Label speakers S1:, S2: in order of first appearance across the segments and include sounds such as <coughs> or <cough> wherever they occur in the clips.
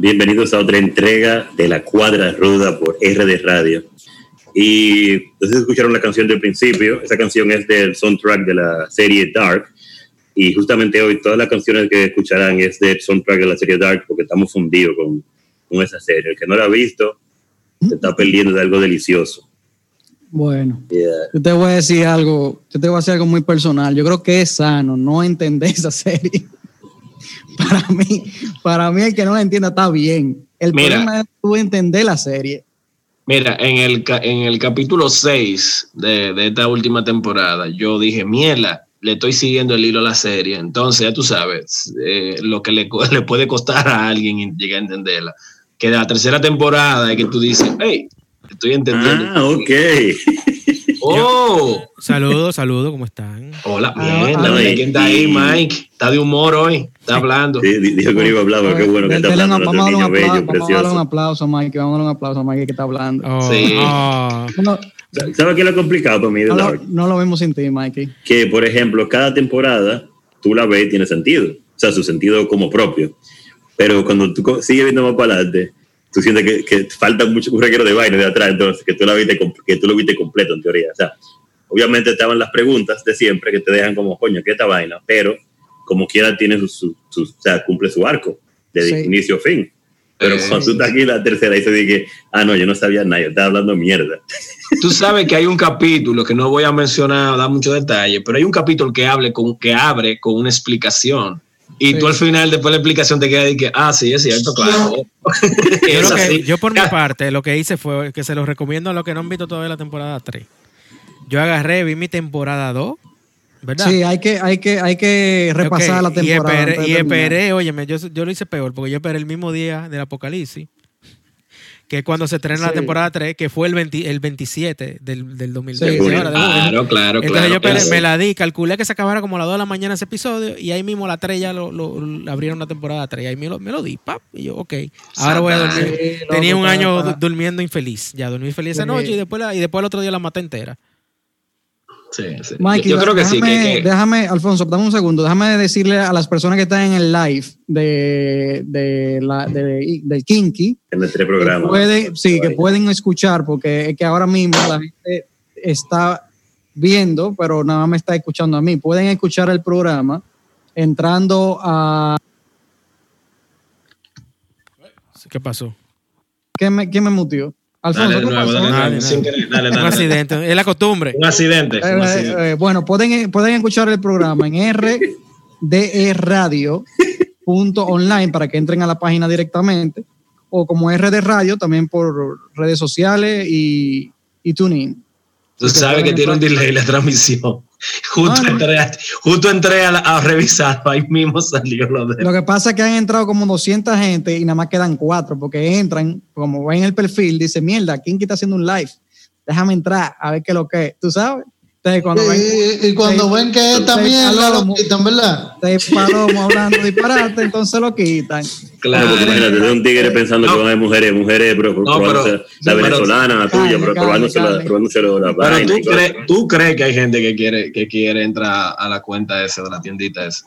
S1: Bienvenidos a otra entrega de La Cuadra Ruda por RD Radio. Y ustedes escucharon la canción del principio. Esa canción es del soundtrack de la serie Dark. Y justamente hoy todas las canciones que escucharán es del soundtrack de la serie Dark porque estamos fundidos con, con esa serie. El que no la ha visto se está perdiendo de algo delicioso.
S2: Bueno,
S1: Yeah.
S2: yo te voy a decir algo, yo te voy a decir algo muy personal. Yo creo que es sano no entender esa serie. <laughs> Para mí, para mí el que no la entienda está bien. El
S3: Mira.
S2: problema es tú entender la serie.
S3: Mira, en el, ca- en el capítulo 6 de, de esta última temporada, yo dije, miela, le estoy siguiendo el hilo a la serie. Entonces, ya tú sabes, eh, lo que le, co- <laughs> le puede costar a alguien en- llegar a entenderla. Que la tercera temporada es que tú dices, hey, estoy entendiendo.
S1: Ah, ok.
S3: ¡Oh!
S4: Saludos, saludos, ¿cómo están?
S3: Hola,
S2: Ah,
S3: mierda,
S1: ah,
S3: mira
S1: y-
S3: quién está ahí, Mike. Está de humor hoy, está hablando.
S1: Sí, di- dijo que no iba a hablar, pero qué bueno que está
S2: Dele una-
S1: hablando.
S2: vamos a
S1: Nuestro
S2: darle un
S1: niño
S2: aplauso,
S1: bello,
S2: vamos a darle un
S1: precioso. Ah.
S2: aplauso a Mike, vamos a darle un aplauso a Mike que está hablando.
S4: Oh,
S3: Sí.
S4: oh.
S2: No,
S1: ¿Sabes qué es lo complicado para mí de
S2: no lo,
S1: Dark?
S2: no lo vemos sin ti, Mikey.
S1: que, por ejemplo, cada temporada tú la ves y tiene sentido, o sea, su sentido como propio. Pero cuando tú co- sigues viendo más para adelante, tú sientes que, que falta mucho un reguero de vaina de atrás, entonces, que tú, la viste, com- que tú lo viste completo en teoría. O sea, obviamente estaban las preguntas de siempre que te dejan como, coño, ¿qué es esta vaina? Pero como quiera, tiene su, su- su- o sea, cumple su arco de
S2: Sí.
S1: inicio a fin. Pero
S3: Eh,
S1: cuando tú estás aquí en la tercera y se dije, ah, no, yo no sabía nada, yo estaba hablando mierda.
S3: Tú sabes que hay un capítulo que no voy a mencionar, da mucho detalle, pero hay un capítulo que, hable con, que abre con una explicación. Y
S2: Sí.
S3: tú al final, después de la explicación, te quedas y que, ah, sí, es cierto, claro.
S4: Yo,
S3: <laughs> es
S4: lo que-
S3: así.
S4: yo por mi
S3: Ya.
S4: parte lo que hice fue que se los recomiendo a los que no han visto todavía la temporada 3. Yo agarré, vi mi temporada 2, ¿verdad?
S2: Sí, hay que, hay que, hay que repasar la
S4: Ok,
S2: temporada. antes
S4: Y esperé,
S2: de
S4: y
S2: terminar.
S4: esperé, óyeme, yo, yo lo hice peor porque yo esperé el mismo día del apocalipsis, que es cuando se estrena la
S2: Sí.
S4: temporada 3, que fue el, 20 el 27 del, del 2020.
S1: Sí, julio.
S4: ahora de julio.
S3: Claro, claro,
S4: Entonces
S3: claro.
S4: yo esperé,
S3: claro.
S4: me la di, calculé que se acabara como a las 2 de la mañana ese episodio y ahí mismo a las 3 ya lo, lo- lo abrieron la temporada 3 y ahí me lo, me lo di, pap, y yo, ok, ahora voy a
S3: Satán.
S4: dormir.
S2: Sí, loco,
S4: Tenía un
S2: para-
S4: año
S2: para-
S4: du- durmiendo infeliz, ya dormí feliz esa
S2: Sí.
S4: noche y después, la- y después el otro día la maté entera.
S3: Sí, sí.
S2: Mikey,
S3: yo creo que sí.
S2: déjame,
S3: que- que-
S2: déjame, Alfonso, dame un segundo. Déjame decirle a las personas que están en el live de, de la, de- del Kinky
S1: En el tres
S2: que,
S1: programas.
S2: pueden- sí, que
S1: Vaina.
S2: pueden escuchar, porque es que ahora mismo la gente está viendo, pero nada más me está escuchando a mí. Pueden escuchar el programa entrando a.
S4: ¿Qué pasó?
S2: ¿Quién me, quién me mutió? Alfonso,
S3: Dale, de
S2: ¿qué
S3: nuevo,
S2: pasó?
S3: dale,
S4: Dale,
S3: dale,
S4: dale.
S3: sin querer, dale,
S4: Un
S3: dale, dale.
S4: accidente, es la costumbre.
S3: Un accidente.
S2: Eh,
S3: un
S2: eh,
S3: accidente.
S2: eh, bueno, pueden, pueden escuchar el programa en E rdradio.online para que entren a la página directamente o como RD Radio también por redes sociales y, y TuneIn.
S3: Tú sabes que tiene un delay la transmisión. Justo,
S2: Ah, no.
S3: entré, a, justo entré a, la- a revisar, ahí mismo salió lo de.
S2: Lo que pasa es que han entrado como 200 gente y nada más quedan cuatro porque entran, como ven el perfil, dice mierda, ¿quién que está haciendo un live? Déjame entrar a ver qué es lo que es, ¿tú sabes? Entonces cuando
S5: Y-
S2: ven...
S5: y, y cuando
S2: Sí.
S5: ven que es
S2: Sí,
S5: también
S2: aló,
S5: la
S2: mu-
S5: lo quitan, ¿verdad?
S2: seis palomos este hablando disparate, entonces lo quitan.
S1: Claro, porque imagínate, de un tigre pensando
S3: Ah, No.
S1: que van a haber mujeres, mujeres, pero,
S3: No, pero-
S1: probándose la
S3: pero-
S1: venezolana, la
S2: Calme,
S1: tuya, pero
S2: calme,
S1: probándose la,
S2: calme.
S1: probándose la la
S3: Pero
S1: vaina.
S3: tú,
S1: y cosas.
S3: cre- tú crees que hay gente que quiere, que quiere entrar a la cuenta esa de la tiendita esa.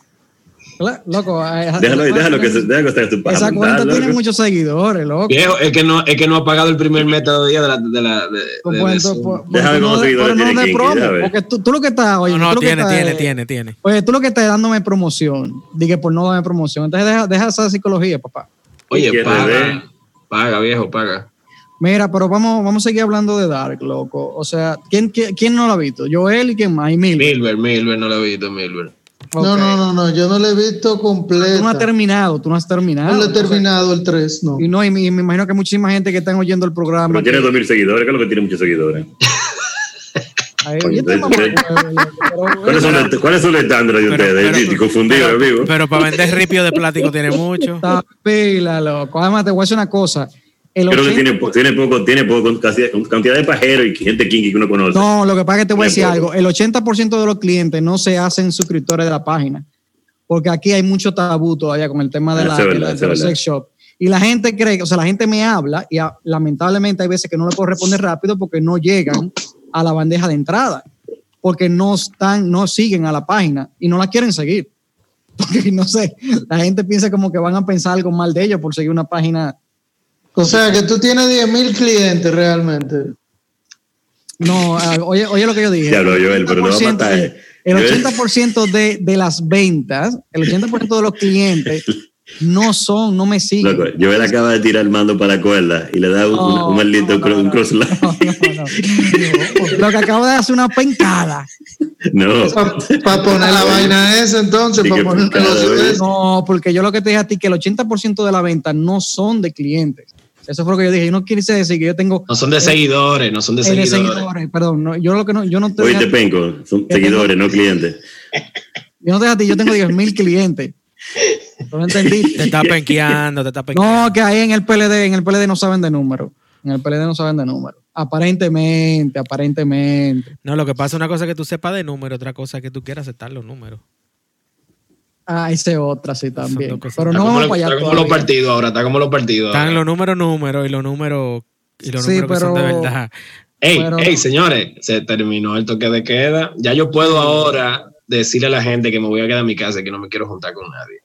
S2: Cla- Loco, eh,
S1: Déjalo, déjalo que se déjalo que esté tu paja
S2: Esa
S1: mental,
S2: cuenta tiene
S1: loco.
S2: muchos seguidores, loco.
S3: Viejo, es que no, es que no ha pagado el primer meta de día de la de la de, de- de
S2: Pues,
S3: Zoom.
S2: pues,
S1: Déjame
S2: pues,
S1: como
S2: no de-
S1: seguidores
S2: pero no
S1: tiene
S2: de
S1: Kinky,
S2: promo,
S1: ya ves.
S2: porque tú, tú lo que estás, oye,
S4: No, no,
S2: tú lo que
S4: tiene,
S2: estás-
S4: tiene, tiene, tiene.
S2: Oye, tú lo que estás dándome promoción, dije por no darme promoción. Entonces deja, deja esa psicología, papá.
S1: Y que
S3: Oye,
S1: revés.
S3: paga, paga, viejo, paga.
S2: Mira, pero vamos, vamos a seguir hablando de Dark, loco. O sea, ¿quién, quién, quién no lo ha visto? Joel y quién más, y Mil.
S3: Milver, Milver, no lo he visto, Milver.
S5: No, no, no, no, yo no la he visto
S2: Ah, Tú no has
S5: completa.
S2: terminado, tú no has terminado.
S5: No la he
S2: O sea,
S5: terminado el 3, no.
S2: y no, y me, y me imagino que hay muchísima gente que están oyendo el programa.
S1: Pero tiene 2.000 seguidores, que es lo que tiene muchos seguidores.
S2: Ay, yo te mamo,
S1: <laughs> Entonces-
S2: loco, pero-
S1: ¿Cuáles son, los- ¿Cuáles son los estándares de
S4: Pero-
S1: ustedes?
S4: pero-
S1: Estoy confundido,
S4: pero-
S1: amigo.
S4: Pero para vender ripio de plástico tiene mucho.
S2: Está pila, loco. Además, te voy a decir una cosa. El
S1: Creo que
S2: 80
S1: tiene, po- tiene poco, tiene poco casi- cantidad de pajeros y gente kinky que uno conoce.
S2: No, lo que pasa es que te voy a
S1: Bien,
S2: decir
S1: poco.
S2: algo. El 80% de los clientes no se hacen suscriptores de la página. Porque aquí hay mucho tabú todavía con el tema de
S1: Ah, Eso es
S2: la, de
S1: verdad,
S2: la-
S1: eso
S2: de
S1: es
S2: los
S1: verdad.
S2: sex shop. Y la gente cree, o sea, la gente me habla y ah, lamentablemente hay veces que no le puedo responder rápido porque no llegan a la bandeja de entrada. Porque no están, no siguen a la página y no la quieren seguir. <laughs> Porque no sé, la gente piensa como que van a pensar algo mal de ellos por seguir una página.
S5: O sea, que tú tienes 10.000 clientes realmente.
S2: No, ah, oye, oye lo que yo dije.
S1: Ya habló Joel, pero te va a
S2: 80%
S1: matar, eh.
S2: El
S1: Joel.
S2: 80% de, de las ventas, el 80% de los clientes no son, no me siguen.
S1: Loco, Joel acaba de tirar el mando para la cuerda y le da un,
S2: No,
S1: un maldito
S2: no, no,
S1: cro- un
S2: no.
S1: cross <laughs> line.
S2: No, no, no. Lo que acabo de hacer una pencada.
S1: No,
S5: Para poner la vaina esa entonces,
S1: Sí,
S5: para
S1: que
S5: poner
S1: cada
S5: los
S1: vez-
S5: tres.
S2: No, porque yo lo que te dije a ti, que el 80% de la venta no son de clientes. Eso fue lo que yo dije. Yo no quiero decir que yo tengo
S3: No son de seguidores, no son de
S2: eh, de
S3: seguidores.
S2: seguidores. Perdón, no, yo lo que no, yo no te dije
S1: oíste,
S2: a ti-
S1: Penco, son seguidores, no clientes.
S2: yo no te dije a ti, yo tengo 10 mil clientes. ¿Tú me
S4: Te
S2: entendiste?
S4: está penqueando, te está penqueando.
S2: No, que ahí en el PLD, en el PLD no saben de número. En el PLD no saben de número. Aparentemente, aparentemente.
S4: No. lo que pasa es una cosa que tú sepas de número, otra cosa que tú quieras aceptar los números.
S2: Ah, ese otra sí también.
S4: dos cosas.
S2: Pero
S3: Está
S2: no
S3: Ah, como,
S2: vamos
S3: lo-
S2: para allá
S3: está como los
S2: todavía.
S3: partidos ahora, está como los partidos.
S4: Están
S3: ahora.
S4: los números, números y los números, y los
S2: Sí,
S4: números que son de
S2: pero-
S4: verdad.
S3: Ey,
S2: Pero-
S3: ey, señores, se terminó el toque de queda. Ya yo puedo ahora decirle a la gente que me voy a quedar en mi casa y que no me quiero juntar con nadie.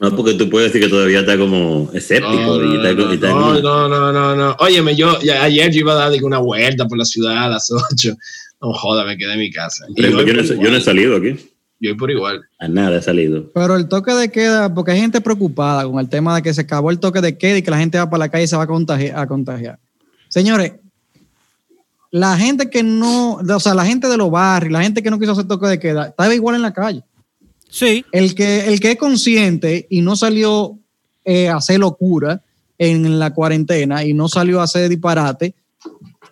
S1: No, porque tú puedes decir que todavía está como escéptico
S3: No,
S1: y está, y está en
S3: no,
S1: una.
S3: no, no, no, no. Óyeme, yo ya ayer yo iba a dar digo, una vuelta por la ciudad a las <laughs> 8. No joda, me quedé en mi casa. Y
S1: Pero
S3: hoy
S1: yo, no,
S3: por
S1: he-
S3: igual,
S1: yo no he salido aquí.
S3: yo hoy por igual.
S1: A nada he salido.
S2: Pero el toque de queda, porque hay gente preocupada con el tema de que se acabó el toque de queda y que la gente va para la calle y se va a contagi- a contagiar. Señores, la gente que no, o sea, la gente de los barrios, la gente que no quiso hacer toque de queda, estaba igual en la calle.
S4: Sí,
S2: El que, el que es consciente y no salió eh, a hacer locura en la cuarentena y no salió a hacer disparate,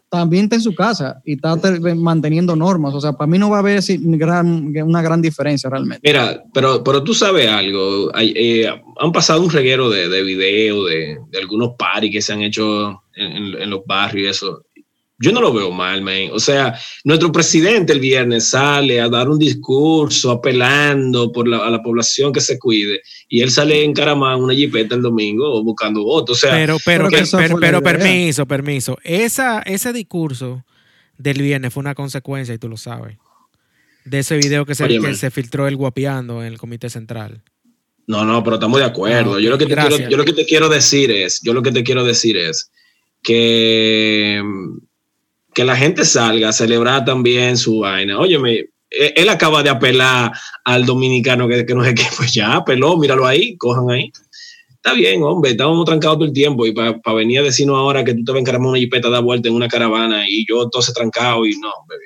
S2: también está en su casa y está ter- manteniendo normas. O sea, para mí no va a haber si- gran- una gran diferencia realmente.
S3: Mira, pero, pero tú sabes algo. Hay, eh, han pasado un reguero de, de video, de, de algunos paris que se han hecho en, en- en los barrios y eso. Yo no lo veo mal, man. O sea, nuestro presidente el viernes sale a dar un discurso apelando por la, a la población que se cuide y él sale en Caramán una jipeta el domingo buscando votos. O sea,
S4: pero, pero,
S2: creo que
S4: per-
S2: esa
S4: per-
S2: fue la
S4: pero
S2: idea.
S4: permiso, permiso. Esa, ese discurso del viernes fue una consecuencia, y tú lo sabes, de ese video que se,
S3: Óyeme.
S4: que se filtró el guapeando en el Comité Central.
S3: No, no, pero estamos de acuerdo.
S4: Ah,
S3: yo, lo que te
S4: gracias.
S3: quiero, yo lo que te quiero decir es, yo lo que te quiero decir es que, mm, que la gente salga a celebrar también su vaina. Óyeme, e- él acaba de apelar al dominicano que, que no sé qué, pues ya apeló, míralo ahí, cojan ahí. Está bien, hombre, estábamos trancados todo el tiempo y para venir a decirnos ahora que tú te vas a encaramar una jipeta, da vuelta en una caravana y yo entonces trancado y no, hombre.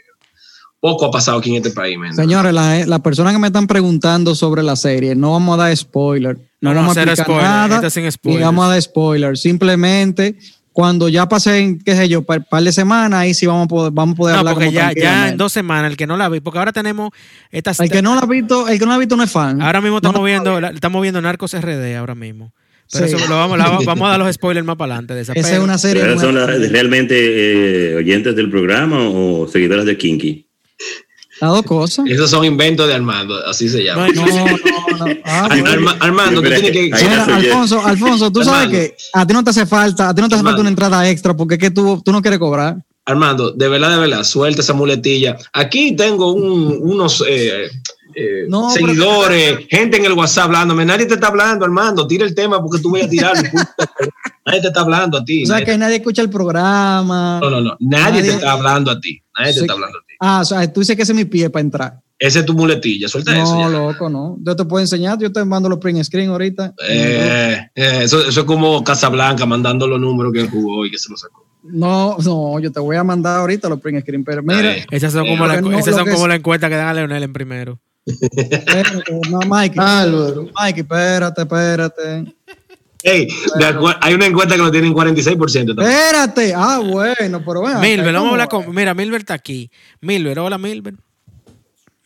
S3: Poco ha pasado aquí en este país, men.
S2: Señores, las la personas que me están preguntando sobre la serie, no vamos a dar spoiler. No,
S4: No, no,
S2: vamos a
S4: cero
S2: explicar
S4: spoiler, esto
S2: nada.
S4: es sin
S2: Ni
S4: spoilers.
S2: vamos a dar spoiler. Simplemente, cuando ya pasen, qué sé yo, par, par de semanas, ahí sí vamos a poder, vamos a poder
S4: No,
S2: hablar
S4: porque
S2: como
S4: ya, ya en
S2: tranquilamente.
S4: dos semanas, el que no la vi, porque ahora tenemos estas.
S2: el que no la ha visto, el que no la ha visto no es fan.
S4: Ahora mismo
S2: No,
S4: estamos
S2: no,
S4: viendo, la- estamos viendo Narcos RD ahora mismo. Pero
S2: Sí.
S4: eso lo vamos, la- vamos a dar los spoilers más para adelante de esa.
S2: Esa es
S4: pero-
S2: una serie.
S1: ¿Pero son
S2: nueva.
S1: la- realmente eh, oyentes del programa o seguidoras de Kinky?
S2: Las dos cosas.
S3: Esos son inventos de Armando, así se llama.
S4: No,
S2: No, <laughs> no, no.
S1: <laughs>
S2: Ah,
S3: pues, Arma-
S1: Ay,
S3: Arma- Armando, tú
S1: Mira,
S3: tienes que.
S1: ahí
S2: Mira,
S1: nace Jess.
S2: Alfonso, Alfonso, tú sabes
S3: Hermano.
S2: que a ti no te hace falta, a ti no te hace falta
S3: Hermano.
S2: una entrada extra porque es que tú, tú no quieres cobrar.
S3: Armando, de verdad, de verdad, suelta esa muletilla. Aquí tengo un- unos eh, eh,
S2: No, pero-
S3: seguidores, gente en el WhatsApp hablándome. Nadie te está hablando, Armando. Tira el tema porque tú voy
S2: <laughs>
S3: a tirar. nadie te está hablando a ti.
S2: O sea
S3: nadie-
S2: que nadie escucha el programa.
S3: No, no, no. Nadie,
S2: Nadie-
S3: te está hablando a ti. Nadie
S2: Sí.
S3: te está hablando a ti.
S2: Ah, o sea, tú dices que ese es mi pie para entrar.
S3: Esa es tu muletilla. Suelta eso.
S2: No,
S3: ya.
S2: loco, no. Yo te puedo enseñar, yo te mando los print screen ahorita.
S3: Eh, eh, eso, eso es como Casablanca mandando los números que él jugó y que se los sacó.
S2: No, no, yo te voy a mandar ahorita los print screen, pero mira,
S3: Eh,
S4: Esas son
S3: Eh,
S4: como,
S2: lo
S4: la,
S2: que no-
S4: esas
S2: lo
S4: son
S2: que
S4: como
S2: es-
S4: la encuesta que dan a Leonel en primero.
S2: espérate, no, Mikey,
S5: <laughs> Álvaro.
S2: Mikey, espérate, espérate.
S3: Ey, de acuer- hay una encuesta que lo tienen 46%. también.
S2: Espérate, ah, bueno, pero bueno.
S4: Milber, vamos a hablar con. Mira, Milber está aquí. Milber, hola Milber.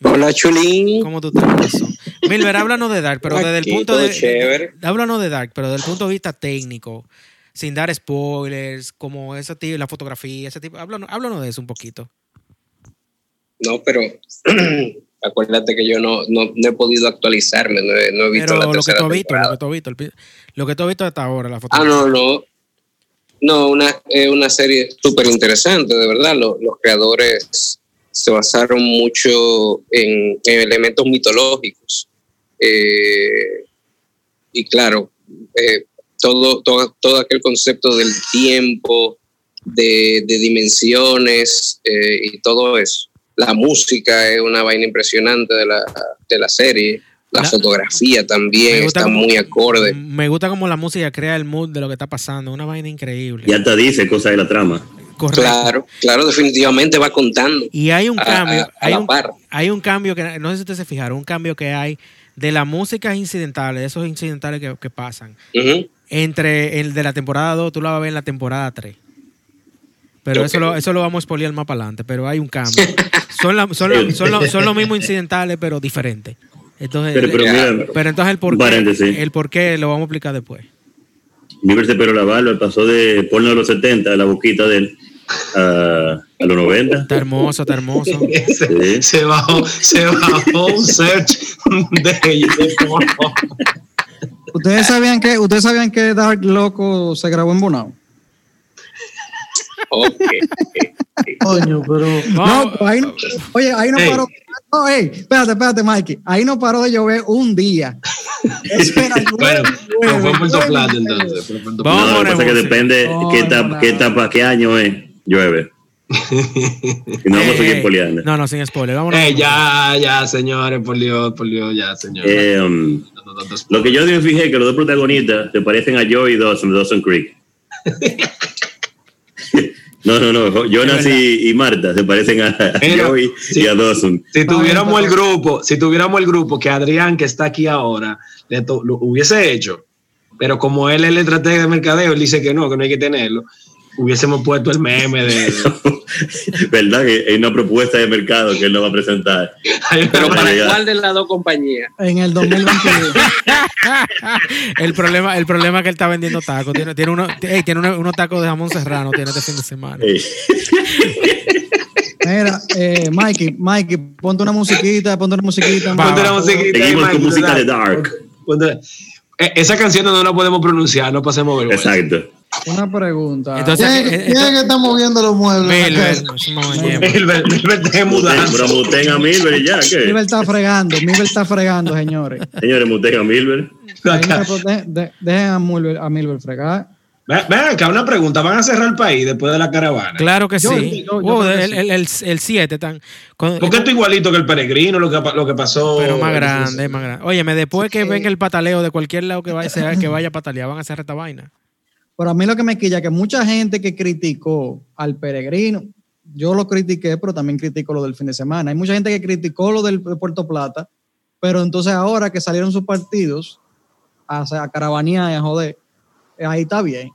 S6: Hola, Chulín.
S4: ¿Cómo tú estás? corazón? Milber, háblanos de Dark, pero desde el
S6: Aquí,
S4: punto
S6: todo
S4: de.
S6: chévere.
S4: Háblanos de Dark, pero desde el punto de vista técnico, sin dar spoilers, como ese tipo, la fotografía, ese tipo. Háblanos, háblanos de eso un poquito.
S6: No, pero <clears throat> acuérdate que yo no, no, no he podido actualizarme, no he, no he visto
S4: Pero
S6: la
S4: lo que
S6: tercera
S4: tú has visto, lo
S6: temporada.
S4: que tú has visto, el pi- lo que tú has visto hasta ahora, la
S6: Ah,
S4: fotografía.
S6: no, no. eh, No, una, es una serie súper interesante, de verdad. Lo- Los, creadores se basaron mucho en, en elementos mitológicos. Eh, y claro, eh, todo, todo, todo aquel concepto del tiempo, de, de dimensiones eh, y todo eso. La música es una vaina impresionante de la, de la serie. La
S4: La-
S6: fotografía también
S4: Me gusta
S6: está
S4: como-
S6: muy acorde.
S4: Me gusta como la música crea el mood de lo que está pasando. Una vaina increíble.
S1: Y hasta dice cosas de la trama.
S4: Correcto.
S6: Claro, claro, definitivamente va contando.
S4: Y hay un
S6: A-
S4: cambio.
S6: ah, a- a
S4: hay,
S6: la
S4: un,
S6: par.
S4: hay un cambio que, no sé si ustedes se fijaron, un cambio que hay de las músicas incidentales, de esos incidentales que, que pasan.
S6: Ujú.
S4: Entre el de la temporada 2, tú la vas a ver en la temporada 3. Pero eso,
S6: Ok.
S4: lo, eso lo vamos a spoilear más para adelante, pero hay un cambio.
S1: <laughs>
S4: son la- son, la- son, lo- son los mismos incidentales, pero diferentes. Entonces,
S1: Pero, pero
S4: eh,
S1: mira,
S4: pero entonces el
S1: Paréntesis.
S4: porqué, el porqué lo vamos a explicar después.
S1: Bieber se pero la barba pasó de porno de los 70, a la boquita de él, a, a los 90.
S4: Está hermoso,
S1: <laughs>
S4: está hermoso.
S2: Eh.
S3: <laughs>
S1: Sí.
S3: Se, se bajó, se bajó un search de, de porno.
S2: ¿Ustedes sabían, que, ¿Ustedes sabían que Dark Loco se grabó en Bonao?
S6: Ok.
S5: Coño, pero.
S2: No,
S4: Vamos.
S2: pues ahí, oye, ahí no
S3: Ey.
S2: paró. No, ey, espérate, espérate, Mikey. Ahí no paró de llover un día. Espera, llueve,
S3: Bueno, pero fue
S2: llueve,
S3: en Puerto
S2: llueve.
S3: Plata entonces. fue en Puerto
S4: Vamos.
S3: Plata.
S1: No, lo que pasa es que
S4: Música.
S1: depende
S2: No,
S1: qué, etapa,
S2: no, no.
S1: qué etapa, qué año es,
S3: <laughs>
S1: llueve. Y no vamos a
S4: Eh,
S1: seguir
S4: eh,
S1: poliando.
S4: No, no, sin spoiler. Vámonos.
S3: Eh, ya, ya, señores, por Dios, por Dios, ya, señores.
S1: Eh, um,
S3: No, no, no, no,
S1: lo que yo me fijé es que los dos protagonistas se parecen a Joe y Dawson, de Dawson
S3: <laughs>
S1: Creek. no, no, no. Jonas y, y Marta se parecen <laughs> a, a
S3: Mira,
S1: Joey y
S3: sí.
S1: a Dawson. <laughs>
S3: Si tuviéramos
S2: Vamos,
S3: el grupo, si tuviéramos el grupo que Adrián, que está aquí ahora, le to- lo hubiese hecho, pero como él es el estratega de mercadeo, él dice que no, que no hay que tenerlo, hubiésemos puesto el meme de...
S1: <laughs> ¿Verdad? Que hay una propuesta de mercado que él nos va a presentar.
S6: Pero para
S1: Ya.
S6: cuál de las dos compañías?
S2: En el 2021.
S4: El problema, el problema es que él está vendiendo tacos. Tiene, tiene, uno- ey, tiene uno- unos tacos de jamón serrano, tiene este fin de semana.
S1: Eh,
S2: Mira, eh, Mikey, Mikey, ponte una musiquita, ponte una musiquita.
S4: Va,
S3: Ponte
S4: va.
S3: la musiquita,
S1: Seguimos
S3: Mike,
S1: con música
S3: ¿verdad?
S1: de Dark.
S3: Ponte- eh, Esa canción no la podemos pronunciar, no pasemos vergüenza.
S1: Exacto.
S2: Una pregunta.
S4: Entonces,
S5: ¿Quién
S4: eh,
S5: es que-
S4: eh,
S5: quién es que está moviendo los muebles? en la
S4: Melvin,
S5: casa?
S4: no, no, Yemo.
S3: Milbert, Milbert, deje
S1: Muten-
S3: mudanza.
S1: Pero muten a Milber y ya, ¿qué?
S2: Milber Eh, está fregando, Milber está fregando, señores.
S1: Señores, muten a Milber.
S3: Acá.
S2: Señores, de- de- Dejen a Milber, a Milber fregar.
S3: Ven ven acá, una pregunta. ¿Van a cerrar el país después de la caravana?
S4: Claro que
S2: Yo-
S4: sí.
S2: yo- yo
S4: Wow,
S2: creo que
S4: el-
S2: sí.
S4: el- El 7 tan. con-
S3: Porque esto es igualito que el peregrino, lo que, pa- lo que pasó.
S4: pero más grande, más grande. Óyeme, después que venga el pataleo de cualquier lado que vaya, sea que vaya a patalear, van a hacer esta vaina.
S2: Pero a mí lo que me quilla es que mucha gente que criticó al peregrino, yo lo critiqué, pero también critico lo del fin de semana. Hay mucha gente que criticó lo del de Puerto Plata, pero entonces ahora que salieron sus partidos a, a carabanear y a joder, eh, ahí está bien.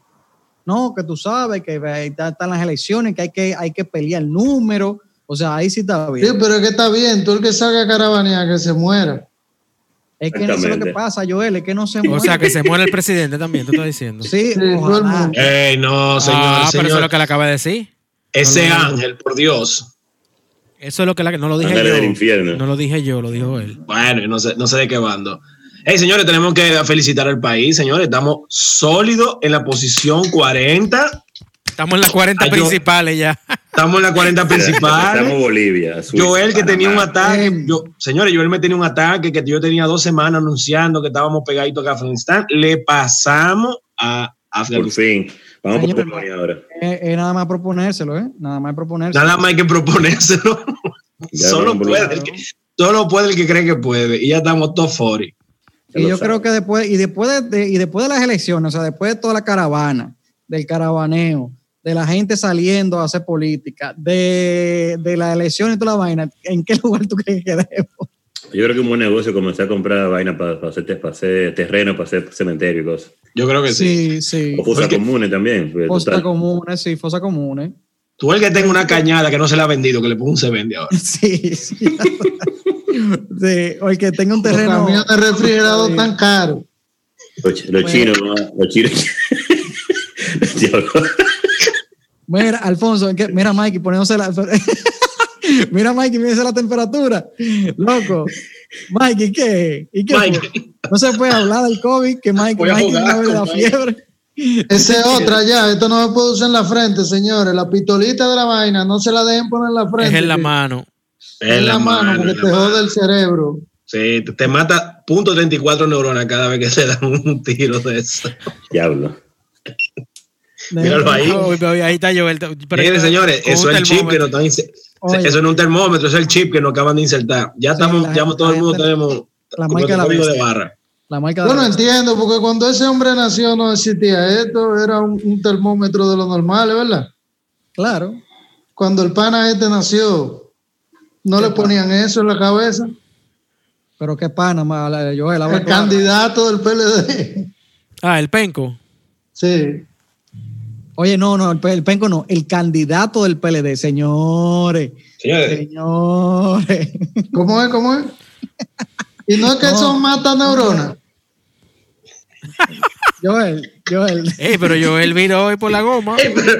S2: No, que tú sabes que eh, ahí está- están las elecciones, que hay que, hay que pelear el número. O sea, ahí sí está
S5: Sí,
S2: bien.
S5: pero es que está bien. Tú el que salga a caravanear, que se muera.
S2: Es que eso es lo que
S1: Exactamente.
S2: pasa, Joel, es que no se
S4: O sea,
S2: mueve.
S4: que se muere el presidente también, tú estás diciendo.
S2: Sí,
S5: Sí, todo el
S2: ojalá.
S5: mundo.
S3: Ey, no, señor.
S4: ah, pero eso es
S3: señor.
S4: lo que le acaba de decir.
S3: Ese
S4: No, no, no.
S3: ángel, por Dios.
S4: Eso es lo que la- no lo dije
S1: Ángeles del
S4: yo.
S1: infierno.
S4: No lo dije yo, lo dijo él.
S3: Bueno, y no sé, no sé de qué bando. Hey, señores, tenemos que felicitar al país, señores. Estamos sólidos en la posición 40.
S4: Estamos en las 40
S3: Ay, yo-
S4: principales ya.
S3: Estamos en la 40
S1: Estamos
S3: principal.
S1: Bolivia. Suiza,
S5: Pues,
S3: Joel que tenía un
S1: Panamá.
S3: ataque.
S5: eh.
S2: Em.
S3: Yo, señores, Joel me tenía un ataque que yo tenía dos semanas anunciando que estábamos pegaditos a Afganistán. Le pasamos a
S1: Por
S3: Afganistán.
S1: fin. Vamos por
S2: Señor,
S1: Polonia ahora.
S2: Es, es nada más proponérselo, ¿eh? Nada más proponérselo.
S3: Nada más hay que
S5: <laughs>
S3: proponérselo.
S1: Ya
S3: Solo
S1: vamos por
S3: puede,
S1: Polonia.
S3: el que, solo puede el que cree que puede. Y ya estamos top 40.
S1: Ya
S2: Y
S1: lo
S2: yo
S1: sabe.
S2: creo que después, y después de, de- y después de las elecciones, o sea, después de toda la caravana, del caravaneo, de la gente saliendo a hacer política, de, de las elecciones y toda la vaina, ¿en qué <laughs> lugar tú crees que quedemos?
S1: Yo creo que un buen negocio comenzar a comprar vaina para, para, hacer, para hacer terreno, para hacer cementerio y cosas.
S3: Yo creo que
S2: Sí,
S3: sí.
S2: sí.
S1: O fosas
S3: Porque-
S1: comunes también. pues,
S2: Fosa
S1: total.
S2: comunes, sí, fosa comunes.
S3: Tú el que tenga una cañada que no se la ha vendido, que le ponga un se vende
S5: <laughs>
S3: ahora.
S2: <laughs> Sí, sí. <laughs> Sí, o el que tenga un
S5: Los
S2: terreno.
S5: camiones refrigerados tan caros.
S1: Los, chi- los
S2: Bueno.
S1: chinos, ¿no? los chinos. <laughs> Diablo.
S2: Mira, Alfonso, ¿en qué? mira, Mikey, poniéndose la. <laughs> mira, Mikey, mírese la temperatura. Loco. Mikey, ¿y ¿qué? ¿Y qué? fue?
S3: Mike, <laughs>
S2: No se puede hablar del COVID, que Mike,
S3: Voy a
S2: Mike
S3: jugar
S2: sabe de
S3: con
S2: la
S3: Mike.
S2: fiebre.
S5: Esa es otra ya, esto no se puede usar en la frente, señores. La pistolita de la vaina, no se la dejen poner en la
S4: Es
S5: frente.
S4: en la
S5: que-
S4: mano.
S5: Es en la mano, porque
S3: en
S5: te
S3: la mano.
S5: jode el cerebro.
S3: Sí, te, te mata punto 34 neuronas cada vez que se dan un tiro de eso.
S1: Diablo.
S3: Míralo ahí.
S4: Uy, pero ahí está Joel. Pero-
S3: Miren, señores,
S4: con
S3: eso
S4: un
S3: es el chip que
S4: termómetro.
S3: nos están inse-
S2: Oye.
S3: Eso no es un termómetro, eso es el chip que nos acaban de insertar. Ya
S2: Sí,
S3: estamos,
S2: la
S3: ya
S2: gente-
S3: todo
S2: la
S3: el mundo
S2: gente-
S3: tenemos
S2: la
S3: como
S2: marca de la
S3: código de
S2: bestia.
S3: barra.
S2: La marca de
S5: Yo
S2: la
S5: no
S2: bestia.
S5: entiendo, porque cuando ese hombre nació no existía esto, era un, un termómetro de lo normal, ¿verdad?
S2: Claro.
S5: Cuando el pana este nació, no le ponían eso en la cabeza.
S2: Pero qué pana, ma- la- Joel. habla
S5: El
S2: claro.
S5: candidato
S2: <laughs>
S5: del PLD.
S4: Ah, el penco.
S5: Sí.
S2: Oye, no, no, el, pe- el penco no. El candidato del PLD, señores.
S3: Señores,
S2: Señores. <laughs>
S5: ¿Cómo es? ¿Cómo es? Y no es que eso mata neuronas.
S2: Joel, Joel.
S4: Ey, Eh, pero Joel vino hoy por
S3: <laughs>
S4: la goma.
S3: <laughs> Ey, pero,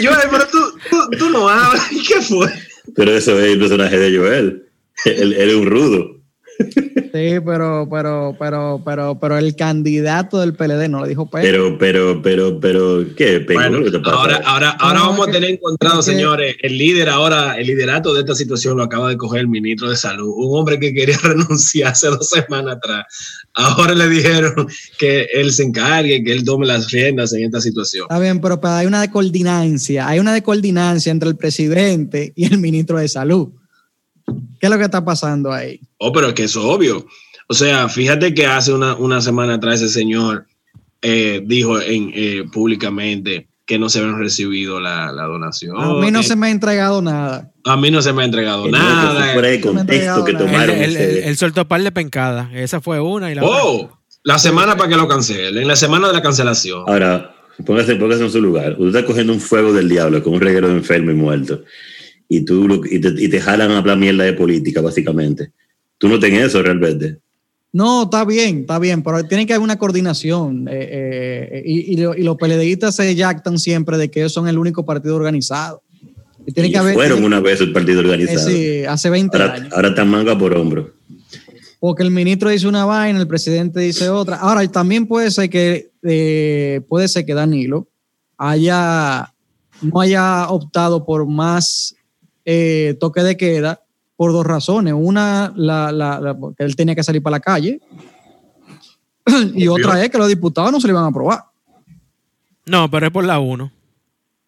S3: yo, pero tú, tú, tú no hablas. <laughs> ¿Qué fue?
S1: Pero eso es el personaje de Joel. Él, él es un rudo.
S2: Sí, pero, pero, pero, pero, pero el candidato del PLD no le dijo penco.
S1: Pero, pero, pero, pero, ¿qué? Penco,
S3: Bueno,
S1: ¿qué te pasa?
S3: ahora, ahora, ahora
S2: No,
S3: vamos
S2: es
S3: a
S2: que-
S3: tener encontrado,
S2: es que-
S3: señores, el líder ahora, el liderato de esta situación lo acaba de coger el ministro de Salud, un hombre que quería <laughs> renunciar hace dos semanas atrás. Ahora le dijeron que él se encargue, que él tome las riendas en esta situación.
S2: Está bien, pero, pero hay una descoordinancia, hay una descoordinancia entre el presidente y el ministro de salud. ¿Qué es lo que está pasando ahí?
S3: Oh, pero es que eso es obvio. O sea, fíjate que hace una, una semana atrás ese señor eh, dijo en, eh, públicamente que no se habían recibido la, la donación.
S1: Oh,
S2: A mí no
S3: Eh,
S2: se me ha entregado nada.
S3: a mí no se me ha entregado
S1: Que no, que
S3: nada.
S1: fue fuera de
S2: no me he
S1: contexto
S2: entregado
S1: que
S2: nada.
S4: Él,
S1: tomaron
S4: él-
S1: ustedes.
S4: él- él soltó par de pencadas. Esa fue una y la otra.
S3: Oh, la semana para que lo cancelen, la semana de la cancelación.
S2: Ah,
S1: Ahora, póngase, póngase en su lugar. Usted está cogiendo un fuego del diablo con un reguero de enfermo y muerto. Y, tú, lo- y, te, y te jalan a hablar mierda de política, básicamente. Tú no tenés eso realmente.
S2: No, está bien, está bien, pero tiene que haber una coordinación. eh, eh, y, y lo- y los PLDistas se jactan siempre de que ellos son el único partido organizado. Y tiene
S1: Y
S2: que haber.
S1: fueron
S2: tiene-
S1: una vez el partido
S2: eh,
S1: organizado.
S2: sí, hace 20
S1: ahora,
S2: años.
S1: ahora están manga por hombro.
S2: Porque el ministro dice una vaina, el presidente dice otra. Ahora, también puede ser que eh, puede ser que Danilo haya no haya optado por más eh, toque de queda por dos razones. Una, la, la- la- porque él tenía que salir para la calle. <clears throat> Y otra es que los diputados no se le iban a aprobar.
S4: No, pero es por la uno.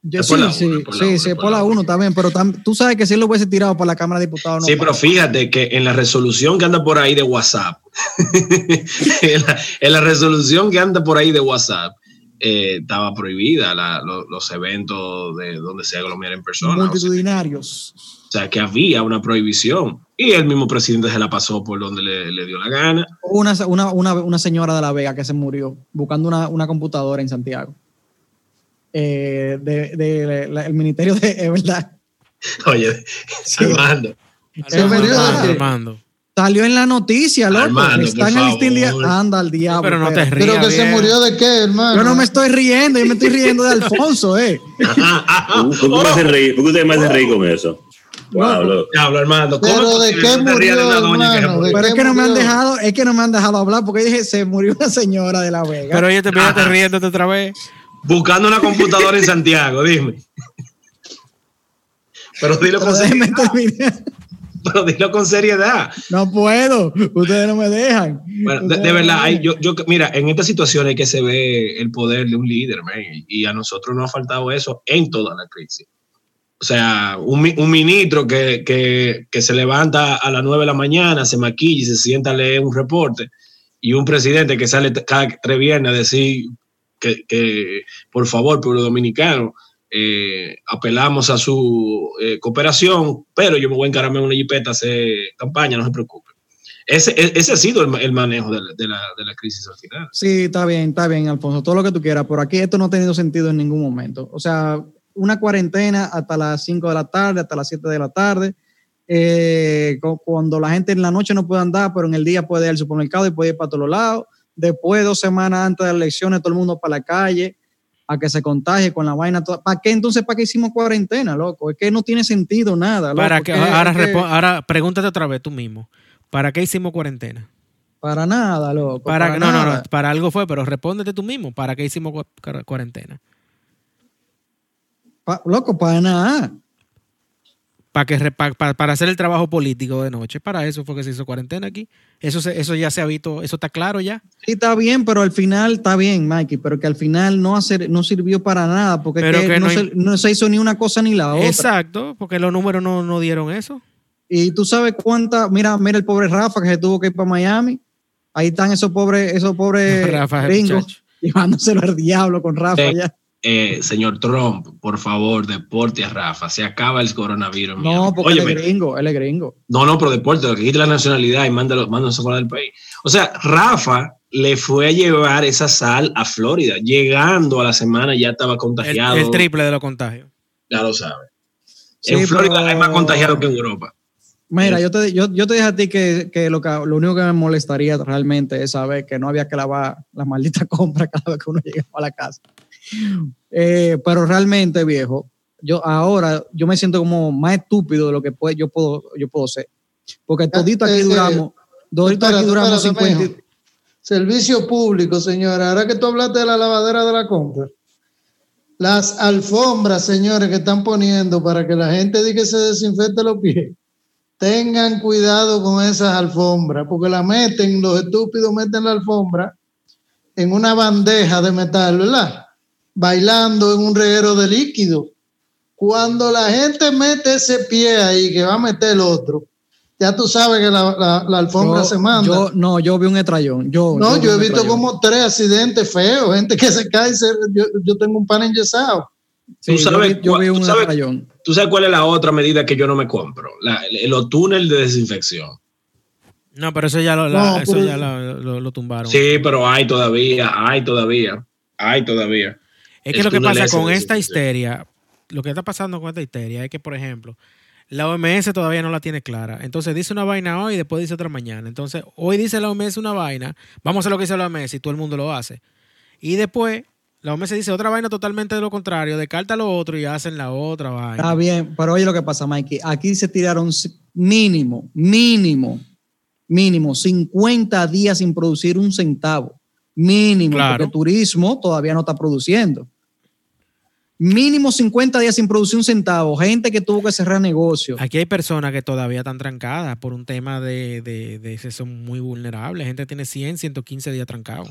S2: Yo-
S3: Es
S2: sí,
S3: por la
S2: sí,
S3: una, es por la
S2: sí,
S3: una,
S2: sí, es por la uno está bien, pero tam- tú sabes que si él lo hubiese tirado para la Cámara de Diputados no
S3: Sí, pero
S2: pasa.
S3: fíjate que en la resolución que anda por ahí de WhatsApp, <laughs> en, la, en la resolución que anda por ahí de WhatsApp, eh, estaba prohibida la- lo- los eventos de donde se aglomeren personas. O sea,
S2: multitudinarios.
S3: o sea, que había una prohibición. Y el mismo presidente se la pasó por donde le, le dio la gana.
S2: Una, una, una, una señora de La Vega que se murió buscando una, una computadora en Santiago. Eh, de, de- la- el ministerio de. Es verdad.
S3: Oye, Armando,
S5: Se
S4: Armando,
S5: murió de-
S4: Armando.
S2: Salió en la noticia, loco.
S3: Armando,
S2: Está
S3: por
S2: en el listín de-
S3: favor.
S2: Anda al diablo.
S4: pero no te
S2: espérate.
S4: rías.
S5: Pero que se
S4: bien.
S5: murió de qué, hermano.
S2: Yo no me estoy riendo, yo me estoy riendo de Alfonso, eh.
S3: Ah,
S4: Ah,
S3: <laughs>
S1: ¿Por qué
S4: oh.
S1: me hacen reír? ¿Por qué ustedes me hacen reír con eso? Wow, loco.
S3: hablo Armando. ¿cómo
S5: Pero
S3: es
S5: ¿de
S3: posible que
S5: qué
S3: te rías de una
S5: murió,
S3: doña que se
S5: hermano?
S3: murió?
S5: ¿De
S2: Pero es que no me han
S5: murió?
S2: dejado, es que no me han dejado hablar porque dije, se murió una señora de La Vega.
S4: Pero oye, te miraste riéndote otra vez.
S3: buscando una computadora en Santiago, dime. Pero dilo, con
S2: Pero déjenme
S3: seriedad,
S2: terminar.
S3: pero dilo con seriedad.
S2: No puedo, ustedes no me dejan.
S3: Bueno, de,
S2: Ustedes
S3: de
S2: no me
S3: verdad, hay-
S2: dejan.
S3: yo, yo, mira, en estas situaciones que se ve el poder de un líder, man, y a nosotros nos ha faltado eso en toda la crisis. O sea, un, mi- un ministro que, que- que se levanta a las 9 de la mañana, se maquilla y se sienta a leer un reporte, y un presidente que sale t- cada tres viernes a decir que, que, por favor, pueblo dominicano, eh, apelamos a su eh, cooperación, pero yo me voy a encargarme en una jipeta a hacer campaña, no se preocupen. Ese, e- ese ha sido el, ma- el manejo de la, de la- de la crisis al final.
S2: Sí, está bien, está bien, Alfonso, todo lo que tú quieras, pero aquí esto no ha tenido sentido en ningún momento. O sea, una cuarentena hasta las 5 de la tarde, hasta las 7 de la tarde, eh, cu- cuando la gente en la noche no puede andar, pero en el día puede ir al supermercado y puede ir para todos lados. Después, dos semanas antes de las elecciones, todo el mundo para la calle a que se contagie con la vaina. toda- ¿Para qué entonces? ¿Para qué hicimos cuarentena, loco? Es que no tiene sentido nada. loco.
S4: Para
S2: Es
S4: que,
S2: que-
S4: ahora,
S2: es que-
S4: repo- ahora pregúntate otra vez tú mismo. ¿Para qué hicimos cuarentena?
S2: Para nada, loco.
S4: Para, no, no,
S2: nada.
S4: no, para algo fue, pero respóndete tú mismo. ¿Para qué hicimos cua- cuar- cuarentena?
S2: Pa- loco, para nada.
S4: Para, que, re- pa- pa- para hacer el trabajo político de noche. Para eso fue que se hizo cuarentena aquí. Eso, se- eso ya se ha visto, eso está claro ya.
S2: Sí, está bien, pero al final está bien, Mikey, pero que al final no, hacer, no sirvió para nada, porque es
S4: Pero
S2: que
S4: que
S2: no,
S4: no
S2: se,
S4: im-
S2: no se hizo ni una cosa ni la otra.
S4: Exacto, porque los números no, no dieron eso.
S2: Y tú sabes cuánta, mira, mira el pobre Rafa que se tuvo que ir para Miami. Ahí están esos pobres, esos pobres
S4: <laughs> Rafa,
S2: gringos
S4: muchacho.
S2: llevándoselo al diablo con Rafa
S3: Sí.
S2: ya.
S3: Eh, señor Trump, por favor, deporte a Rafa. Se acaba el coronavirus.
S2: No,
S3: mierda.
S2: porque él
S3: Óyeme,
S2: es gringo, él es gringo.
S3: No, no, pero deporte, que quite la nacionalidad y mándalo, mándalo fuera del país. O sea, Rafa le fue a llevar esa sal a Florida. Llegando a la semana ya estaba
S4: El,
S3: contagiado.
S4: el triple de los contagios.
S3: Ya lo sabe.
S2: Sí,
S3: en Florida
S2: pero-
S3: hay más contagiados que en Europa.
S2: Mira, yo te, yo, yo te dije a ti que, que lo, que lo único que me molestaría realmente es saber que no había que lavar la maldita <laughs> compra cada vez que uno llegaba a la casa. Eh, pero realmente, viejo, yo ahora yo me siento como más estúpido de lo que puede- yo, puedo, yo puedo ser. Porque todito aquí
S5: eh,
S2: duramos, todito aquí
S5: espérate,
S2: duramos
S5: espérate,
S2: 50. y-
S5: mijo. Servicio público, señora. Ahora que tú hablaste de la lavadera de la compra. Las alfombras, señores, que están poniendo para que la gente diga que se desinfecte los pies. Tengan cuidado con esas alfombras, porque la meten, los estúpidos meten la alfombra en una bandeja de metal, ¿verdad? Bailando en un reguero de líquido. Cuando la gente mete ese pie ahí, que va a meter el otro, ya tú sabes que la, la- la alfombra
S2: Yo-
S5: se manda.
S2: yo- no, yo vi un estrellón. Yo,
S5: No,
S2: vi
S5: yo he
S2: un
S5: visto
S2: estrellón.
S5: como tres accidentes feos, gente que se cae. se- yo, yo tengo un pan enyesado.
S2: Sí,
S3: Tú sabes
S2: yo vi, yo vi
S3: cua-
S2: un
S3: tú sabes-
S2: estrellón.
S3: ¿Tú sabes cuál es la otra medida que yo no me compro? La- los túneles de desinfección.
S4: No, pero eso ya lo,
S5: No,
S4: la- eso
S5: pero-
S2: pues,
S4: ya la- lo, lo tumbaron.
S3: Sí, pero hay todavía, hay todavía, hay todavía. El
S4: Es que lo que
S3: túnel
S4: pasa
S3: ese
S4: con
S3: de
S4: esta
S3: desinfección.
S4: histeria, lo que está pasando con esta histeria es que, por ejemplo, la OMS todavía no la tiene clara. Entonces dice una vaina hoy y después dice otra mañana. Entonces, hoy dice la OMS una vaina, vamos a hacer lo que dice la OMS y todo el mundo lo hace. Y después la OMS dice otra vaina totalmente de lo contrario, descarta lo otro y hacen la otra
S2: Está
S4: vaina.
S2: bien, pero oye lo que pasa, Mikey. Aquí se tiraron c- mínimo, mínimo, mínimo 50 días sin producir un centavo. Mínimo,
S4: Claro.
S2: porque el turismo todavía no está produciendo. Mínimo 50 días sin producir un centavo. Gente que tuvo que cerrar negocio.
S4: Aquí hay personas que todavía están trancadas por un tema de, de, de que son muy vulnerables. Gente que tiene 100, 115 días trancados.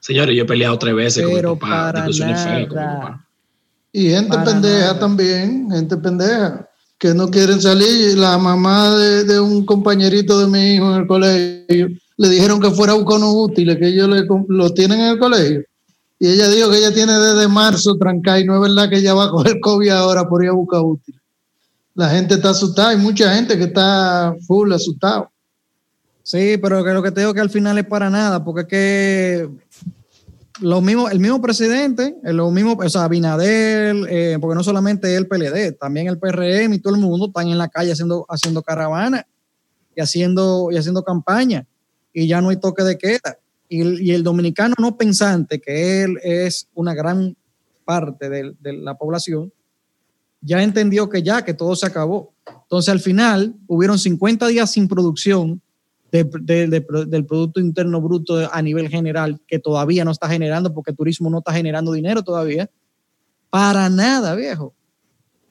S3: Señores, yo he peleado tres veces
S2: Pero
S3: con mi papá.
S2: para
S3: discusiones feas con mi
S2: nada.
S3: papá.
S5: Y gente
S2: Para
S5: pendeja
S2: nada.
S5: también, gente pendeja, que no quieren salir. La mamá de, de un compañerito de mi hijo en el colegio le dijeron que fuera a buscar unos útiles que ellos le com- lo tienen en el colegio. Y ella dijo que ella tiene desde marzo trancada y no es verdad que ella va a coger COVID ahora por ir a buscar útiles. La gente está asustada, hay mucha gente que está full asustado.
S2: Sí, pero que lo que te digo que al final es para nada, porque es que lo mismo, el mismo presidente, el- lo mismo, o sea, Abinadel, eh, porque no solamente el PLD, también el PRM y todo el mundo están en la calle haciendo, haciendo caravana y haciendo, y haciendo campaña, y ya no hay toque de queda. Y, el- y el dominicano no pensante, que él es una gran parte del- de la población, ya entendió que ya, que todo se acabó. Entonces, al final, hubieron 50 días sin producción de- de- de pro- del Producto Interno Bruto a nivel general, que todavía no está generando, porque el turismo no está generando dinero todavía. Para nada, viejo.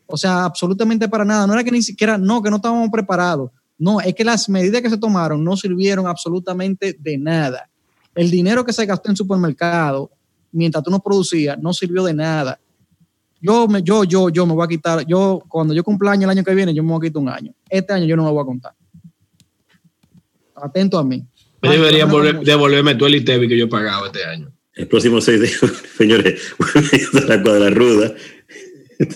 S2: O sea, absolutamente para nada. No era que ni siquiera, no, que no estábamos preparados. No, es que las medidas que se tomaron no sirvieron absolutamente de nada. El dinero que se gastó en supermercado mientras tú no producías no sirvió de nada. Yo, me, yo, yo, yo me voy a quitar, yo, cuando yo cumpla año el año que viene, yo me voy a quitar un año. Este año yo no me voy a contar. Atento a mí.
S3: Me
S2: Ay, yo
S3: deberían
S2: no
S3: volver-
S2: como-
S3: devolverme todo el ITEVI que yo pagaba este año.
S1: El próximo 6 de <laughs> julio, señores, <laughs> volviendo a la cuadra ruda. <laughs>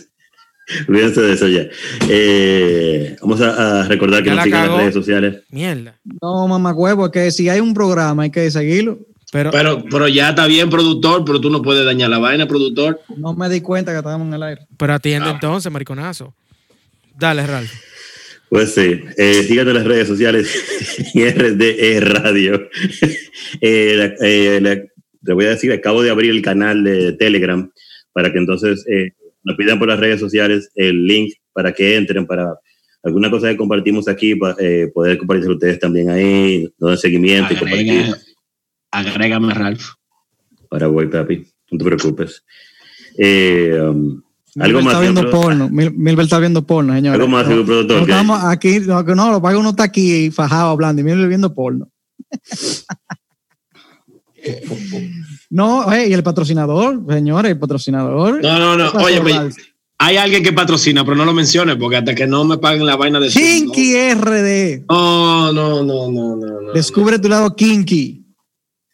S1: Olvídense de eso ya. Eh, vamos a, a recordar que
S4: Ya
S1: nos
S4: la
S1: sigan en
S4: cagó.
S1: las redes sociales.
S4: Mierda.
S2: No, mamá huevo, es que si hay un programa hay que seguirlo.
S4: Pero,
S3: Pero, pero ya está bien, productor, pero tú no puedes dañar la vaina, productor.
S2: No me di cuenta que estábamos en el aire.
S4: pero atiende entonces, mariconazo. Dale, Ralph.
S1: Pues sí, eh, síganos en las redes sociales <laughs> RDE E Radio. <laughs> Eh, la- eh, la- le voy a decir, acabo de abrir el canal de Telegram para que entonces eh, nos pidan por las redes sociales el link para que entren para alguna cosa que compartimos aquí, para poder compartir ustedes también ahí, dar seguimiento y compartir.
S3: Agrega- agrégame, Ralph.
S1: Ahora voy, papi, no te preocupes. Eh, um, algo
S2: Milbert
S1: más,
S2: está
S1: señor
S2: viendo
S1: produ-
S2: porno. Mil- Milbert está viendo porno, señor.
S1: algo más, señor productor. que-
S2: estamos aquí, no, que no, lo paga uno está aquí fajado hablando y Milbert viendo porno. <laughs> no, eh, y el patrocinador, señores, el patrocinador.
S3: No, no, no.
S2: Pasó,
S3: Oye, pues,
S2: Ralph.
S3: hay alguien que patrocina, pero no lo menciones, porque hasta que no me paguen la vaina de Zoom,
S2: Kinky RD.
S3: No, no, no, no, no. no.
S2: Descubre tu lado kinky.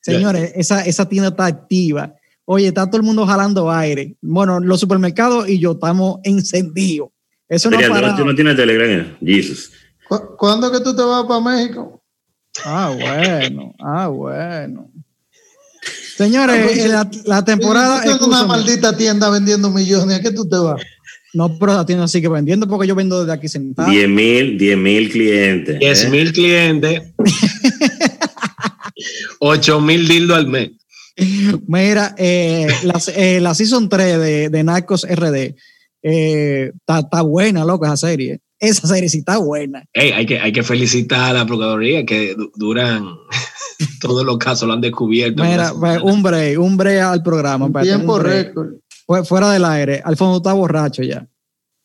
S2: Señores, esa, esa tienda está activa. Oye, está todo el mundo jalando aire. Bueno, los supermercados y yo estamos encendidos. Eso no ha
S1: Adrián, tú no,
S2: parado.
S1: tú no tienes Telegram, eh? Jesus.
S5: ¿Cu- ¿Cuándo que tú te vas para México?
S2: Ah, bueno, ah, bueno.
S5: Ah, pues,
S2: Señores, eh, la, la temporada.
S5: Tú estás en una
S2: escúchame.
S5: maldita tienda vendiendo millones, ¿a qué tú te vas?
S2: No, pero la tienda sigue vendiendo porque yo vendo desde aquí sentado.
S1: 10 mil, 10 mil clientes.
S3: 10
S1: ¿eh?
S3: Ah. mil clientes.
S2: <laughs>
S3: 8 mil dildo al mes.
S2: Mira, eh, las- eh, la Season 3 de, de Narcos RD eh, está está buena, loco, esa serie. Esa serie sí está buena.
S3: Ey, hay, que, hay que felicitar a la Procuraduría que du- duran <laughs> todos los casos, lo han descubierto.
S2: Mira, pues, un break, un break al programa. espérate, un
S5: Tiempo
S2: break.
S5: récord.
S2: Fue- Fuera del aire. Alfonso está borracho ya.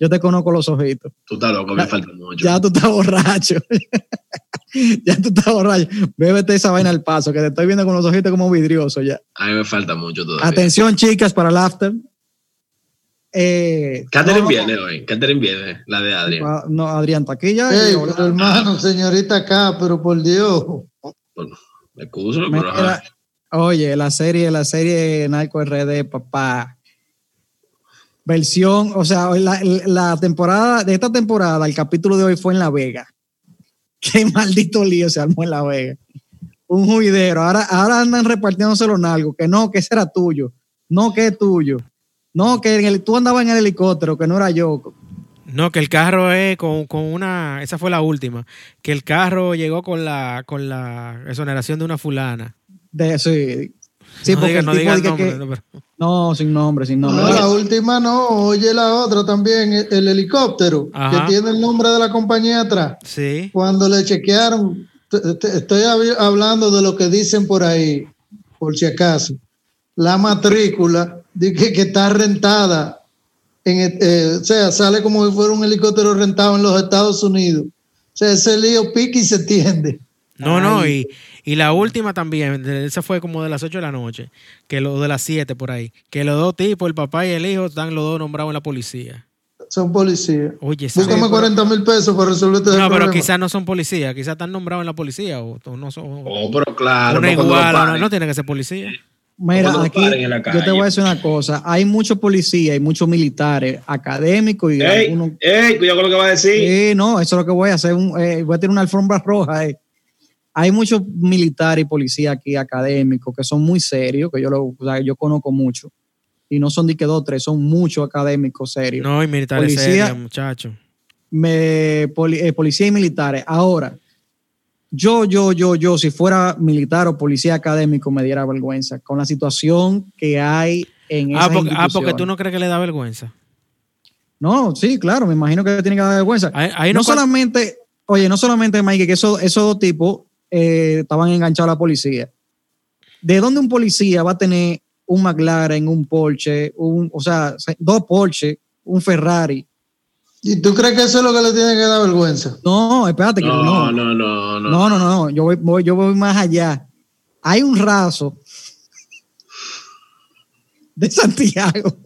S2: Yo te conozco los ojitos.
S3: Tú estás loco, me falta mucho.
S2: Ya tú estás borracho. <laughs> ya tú estás borracho. Bébete esa vaina al paso, que te estoy viendo con los ojitos como vidrioso ya.
S3: A mí me falta mucho todavía.
S2: Atención, chicas, para el after. Eh,
S3: Catherine
S2: no,
S3: viene hoy. Catherine viene, la de Adrián.
S2: pa- No, Adrián está aquí ya.
S5: Ey,
S2: Y hola.
S5: pero hermano, señorita acá, pero por Dios.
S3: Me excuso, pero ajá.
S2: Mira, oye, la serie, la serie Narco RD, papá. Versión, o sea, la, la temporada, de esta temporada, el capítulo de hoy fue en La Vega. <laughs> Qué maldito lío se armó en La Vega. Un juidero. Ahora, ahora andan repartiéndose los nalgos. Que no, que ese era tuyo. No, que es tuyo. No, que en el- tú andabas en el helicóptero, que no era yo.
S4: No, que el carro es con, con una. Esa fue la última. Que el carro llegó con la, con la exoneración de una fulana.
S2: De, sí, sí
S4: no
S2: porque
S4: diga,
S2: el
S4: no
S2: tipo
S4: diga el
S2: dice
S4: nombre.
S2: que-
S4: no, pero-
S2: no, sin nombre, sin
S5: No,
S2: nombre.
S5: la última no, oye la otra también, el, el helicóptero,
S4: Ajá.
S5: que tiene el nombre de la compañía atrás.
S4: sí.
S5: Cuando le chequearon, te- te- estoy hab- hablando de lo que dicen por ahí, por si acaso. La matrícula di que, que está rentada, en, et- eh, o sea, sale como si fuera un helicóptero rentado en los Estados Unidos. O sea, ese lío pique y se tiende.
S4: No, no, y, y la última también, de- esa fue como de las 8 de la noche, que lo de las 7 por ahí, que los dos tipos, el papá y el hijo, están los dos nombrados en la policía.
S5: Son policías.
S4: Oye, esa-
S5: Búscame 40 mil pesos para resolverte
S4: no, pero quizás no son policías, quizás están nombrados en la policía o, o no son...
S3: Oh, pero claro.
S4: una
S3: no, cuando lo
S4: igual, no,
S3: paren.
S4: no tiene que ser policía.
S2: Mira,
S3: cuando lo
S2: aquí
S3: paren en la
S2: yo te voy
S3: calle.
S2: a decir una cosa. Hay muchos policías y muchos militares, académicos y
S3: Ey,
S2: algunos...
S3: ey, cuidado con lo que va a decir.
S2: Sí, no, eso es lo que voy a hacer. un- eh, voy a tener una alfombra roja. eh. Hay muchos militares y policías aquí académicos que son muy serios, que yo, lo, o sea, yo conozco mucho. Y no son de que dos, tres, son muchos académicos serios.
S4: No, y militares
S2: Policía.
S4: serios, muchachos.
S2: Me, poli- eh, policía y militares. Ahora, yo, yo, yo, yo, si fuera militar o policía académico, me diera vergüenza con la situación que hay en
S4: Ah
S2: esas
S4: porque, ah, porque
S2: instituciones.
S4: tú no crees que le da vergüenza.
S2: No, sí, claro, me imagino que tiene que dar vergüenza.
S4: Ahí- ahí
S2: no
S4: Ah, no cual-
S2: solamente, oye, no solamente, Mike, que eso- esos dos tipos eh, estaban enganchados a la policía. ¿De dónde un policía va a tener un McLaren, un Porsche, un, o sea, se- dos Porsche, un Ferrari?
S5: ¿Y tú crees que eso es lo que le tiene que dar vergüenza?
S2: No, espérate, que
S3: No, no, no, no.
S2: No, no, no, no, Yo, voy, voy- yo voy más allá. Hay un raso de Santiago.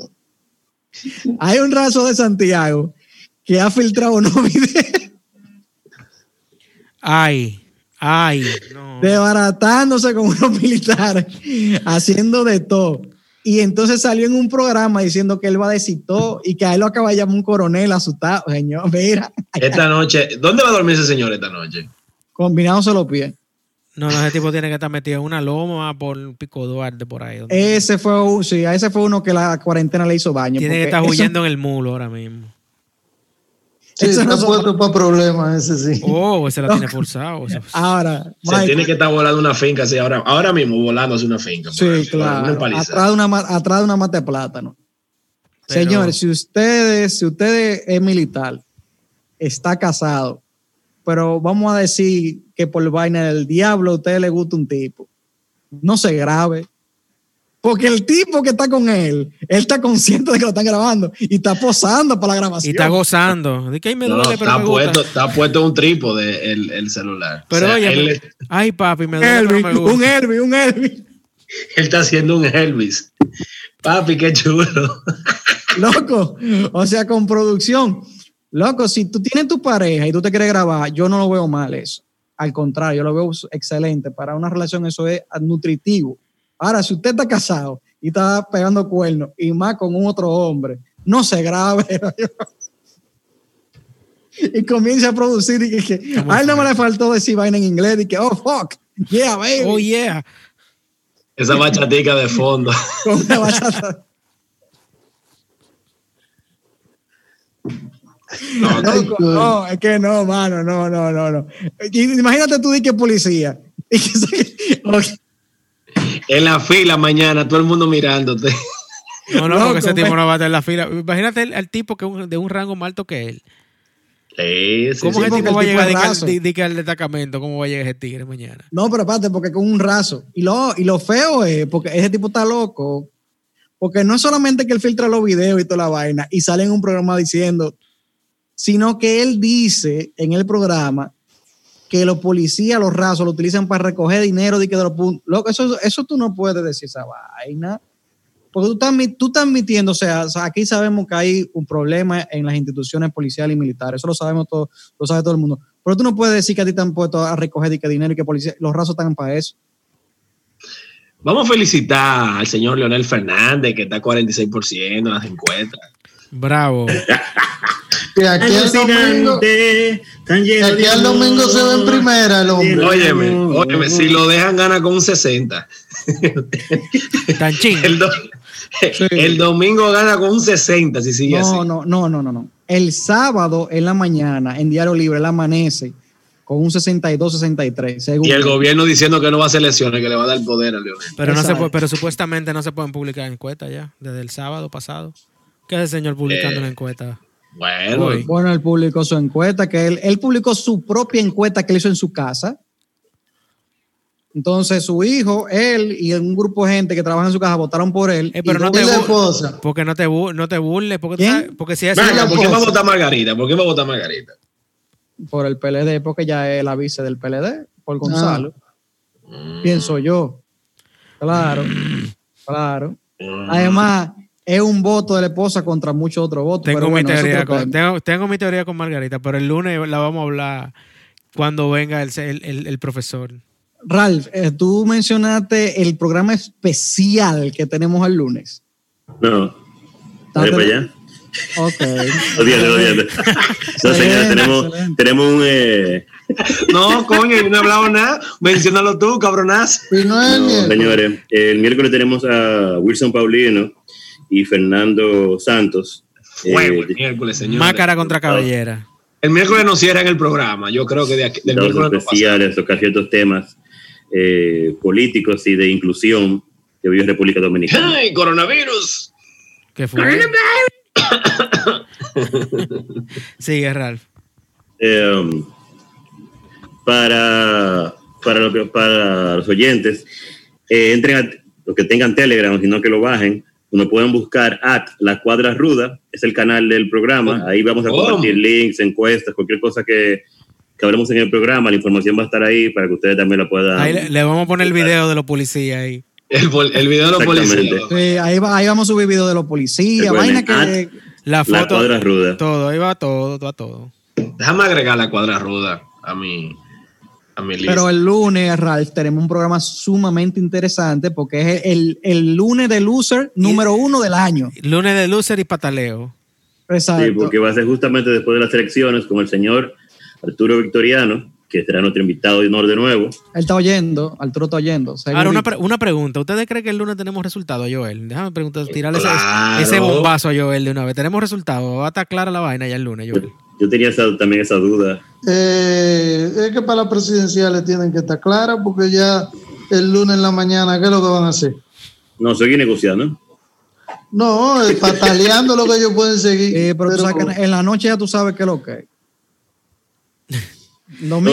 S2: Hay un raso de Santiago que ha filtrado unos videos
S4: Ay, ay, no.
S2: desbaratándose con unos militares, haciendo de todo. Y entonces salió en un programa diciendo que él va de citó y que a él lo acaba de llamar un coronel asustado. Señor, mira,
S3: Esta noche, ¿dónde va a dormir ese señor esta noche?
S2: combinándose los pies.
S4: No, no, ese tipo tiene que estar metido en una loma por Pico Duarte, por ahí. donde-
S2: Ese fue, un- sí, a ese fue uno que la cuarentena le hizo daño.
S4: tiene que
S2: porque
S4: estar
S2: eso-
S4: huyendo en el mulo ahora mismo.
S5: Sí,
S2: Eso
S5: está
S2: no son-
S5: puesto para problemas ese sí.
S4: Oh, ese la tiene forzado. ese-
S2: Ahora,
S3: Se
S2: Mike,
S3: tiene que estar volando una finca, sí, ahora, ahora mismo volando hacia una finca. por ahí,
S2: Sí,
S3: Una
S2: claro.
S3: paliza.
S2: Atrás de una, ma- atrás de una mata de plátano.
S4: Pero-
S2: Señores, si ustedes, si ustedes es militar, está casado, pero vamos a decir que por vaina del diablo a usted le gusta un tipo. No se grabe. Porque el tipo que está con él, él está consciente de que lo están grabando y está posando para la
S4: Y
S2: grabación.
S4: está gozando. De que ahí me
S3: No,
S4: duele,
S3: no,
S4: pero
S3: está,
S4: me
S3: puesto,
S4: gusta.
S3: está puesto un trípode el, el celular.
S4: Pero
S3: O sea,
S4: oye,
S3: él,
S4: me- ay papi, me
S2: Un
S4: duele, pero me
S2: Elvis, un
S4: gusta.
S2: Elvis, un Elvis.
S3: él está haciendo un Elvis. Papi, qué chulo.
S2: Loco, o sea, con producción. Loco, si tú tienes tu pareja y tú te quieres grabar, yo no lo veo mal eso. Al contrario, yo lo veo excelente. Para una relación eso es nutritivo. Ahora, si usted está casado y está pegando cuernos y más con un otro hombre, no se grabe. <laughs> y comienza a producir y que, que a él no me le faltó decir vaina en inglés y que, oh, fuck, yeah, baby.
S4: Oh yeah.
S3: Esa bachatica de fondo.
S4: <laughs>
S2: con una bachata.
S3: No,
S5: Ay,
S2: Loco,
S5: coño.
S2: no, es que no, mano, no, no, no, no. Y Imagínate tú di que es policía. <laughs> Y que se- ok,
S3: en la fila mañana, todo el mundo mirándote.
S4: No, no,
S2: Loco,
S4: porque ese tipo
S2: me-
S4: no va a estar en la fila. Imagínate al, al tipo que un- de un rango más alto que él.
S3: Sí, sí, sí.
S4: ¿Cómo ese
S2: porque
S4: tipo
S2: el tipo
S4: va a llegar
S2: es
S4: de que al-
S2: raso.
S4: de- de que al destacamento? ¿Cómo va a llegar ese tigre mañana?
S2: No, pero aparte, porque con un raso. Y lo, y lo feo es, porque ese tipo está loco. Porque no es solamente que él filtra los videos y toda la vaina y sale en un programa diciendo, sino que él dice en el programa que los policías, los rasos, lo utilizan para recoger dinero de que de los pun- Loco, eso, eso tú no puedes decir esa vaina. Porque tú estás, admi- tú estás admitiendo, o sea, o sea, aquí sabemos que hay un problema en las instituciones policiales y militares, eso lo sabemos todo, lo sabe todo el mundo. Pero tú no puedes decir que a ti te han puesto a recoger de que dinero y que policía, los rasos están para eso.
S3: Vamos a felicitar al señor Leonel Fernández, que está 46% en las encuestas. <laughs>
S4: Bravo.
S5: Que aquí el domingo,
S1: Alucinante, tan
S5: que
S1: lleno
S5: aquí
S1: de
S5: el
S1: amor.
S5: domingo se ve en primera el hombre.
S3: Óyeme, óyeme, si lo dejan gana con un 60.
S4: Tan ching.
S3: El, do- el domingo gana con un 60, si sigue así.
S2: No, no, no, no, no, no. El sábado en la mañana, en Diario Libre, él amanece con un 62-63, según.
S3: Y el gobierno diciendo que no va a hacer elecciones, que le va a dar poder a Leonel.
S4: Pero, no se
S2: Exacto.
S4: puede- pero supuestamente no se pueden publicar encuestas ya, desde el sábado pasado. ¿Qué es el señor publicando
S3: Eh.
S4: una encuesta?
S3: Bueno,
S4: Uy.
S2: Bueno, él publicó su encuesta, que él, él publicó su propia encuesta que él hizo en su casa. Entonces, su hijo, él y un grupo de gente que trabaja en su casa votaron por él.
S4: Eh, pero
S2: Y
S4: no
S2: dos-
S5: Y
S4: te
S5: la
S4: bu-
S5: esposa.
S4: Porque no te, bu- no te burles, porque, tú
S2: ¿Quién?
S4: sabes- porque si es
S3: Ven acá, ¿por qué va a
S5: cosa.
S3: votar Margarita? ¿Por qué va a votar Margarita?
S2: por el PLD, porque ya es la vice del PLD,
S5: Ah.
S2: por Gonzalo. Pienso yo. Claro, claro. Además, es un voto de la esposa contra muchos otros votos.
S4: tengo,
S2: pero bueno,
S4: mi
S2: es
S4: teoría
S2: otro
S4: con,
S2: tema.
S4: tengo, tengo mi teoría con Margarita, pero el lunes la vamos a hablar cuando venga el, el- el- el profesor.
S2: Ralph, eh, tú mencionaste el programa especial que tenemos el lunes.
S1: No, dale para allá.
S2: Ok.
S1: Odiate, odiate. <laughs> No, señora,
S2: Excelente,
S1: tenemos,
S2: excelente.
S1: tenemos un. eh,
S3: No, coño, yo no he hablado nada. Menciónalo tú, cabronazo.
S5: <laughs> Y no es
S1: No,
S5: ni él.
S1: señores, el miércoles tenemos a Wilson Paulino y Fernando Santos. Eh,
S3: Fuego, el miércoles, señor.
S4: Máscara contra cabellera.
S3: El miércoles no cierran el programa. Yo creo que de aquí, del
S1: invitados
S3: miércoles no pasa.
S1: especiales, tocar ciertos temas eh, políticos y de inclusión que vive en República Dominicana.
S3: ¡Ay, coronavirus!
S4: Que fue. <coughs> Sigue, Ralph.
S1: Eh, para, para, lo que- para los oyentes, eh, entren a los que tengan Telegram, sino que lo bajen, nos pueden buscar at La Cuadra Ruda, es el canal del
S4: Oh.
S1: programa, ahí vamos a
S3: ¿Cómo?
S1: compartir links, encuestas, cualquier cosa que, que hablemos en el programa, la información va a estar ahí para que ustedes también la puedan...
S4: Ahí le, le vamos a poner el video de los policías ahí.
S3: El, pol- el video de los
S1: Exactamente.
S3: policías.
S2: Sí, ahí, va- ahí vamos a subir videos de los policías,
S1: Recuerden,
S2: vaina que.
S4: La
S1: la
S4: foto.
S1: Cuadra Ruda.
S4: todo, ahí va todo, va todo.
S3: Déjame agregar la cuadra ruda a mi, a mi lista.
S2: Pero el lunes, Ralph, tenemos un programa sumamente interesante porque es el, el lunes de loser número uno del año.
S4: Lunes de loser y pataleo.
S2: Exacto.
S1: Sí, porque va a ser justamente después de las elecciones con el señor Arturo Victoriano, que será nuestro invitado de honor de nuevo.
S2: Él está oyendo, Arturo está oyendo. seguro.
S4: Ahora, una, pre- una pregunta. ¿Ustedes creen que el lunes tenemos resultado, Joel? Déjame preguntar, tirarle ese-
S3: Claro.
S4: ese, bombazo a Joel de una vez. ¿Tenemos resultado? ¿Va a estar clara la vaina ya el lunes, Joel?
S1: Yo tenía esa- también esa duda.
S5: Eh, es que para las presidenciales tienen que estar claras porque ya el lunes en la mañana, ¿qué es lo que van a hacer?
S1: No, seguí negociando.
S5: No, eh, pataleando lo que ellos pueden
S2: <laughs>
S5: seguir.
S2: Eh, pero, tú
S1: <laughs>
S5: Pero-
S2: sabes que en la noche ya tú sabes qué es lo que es. Domingo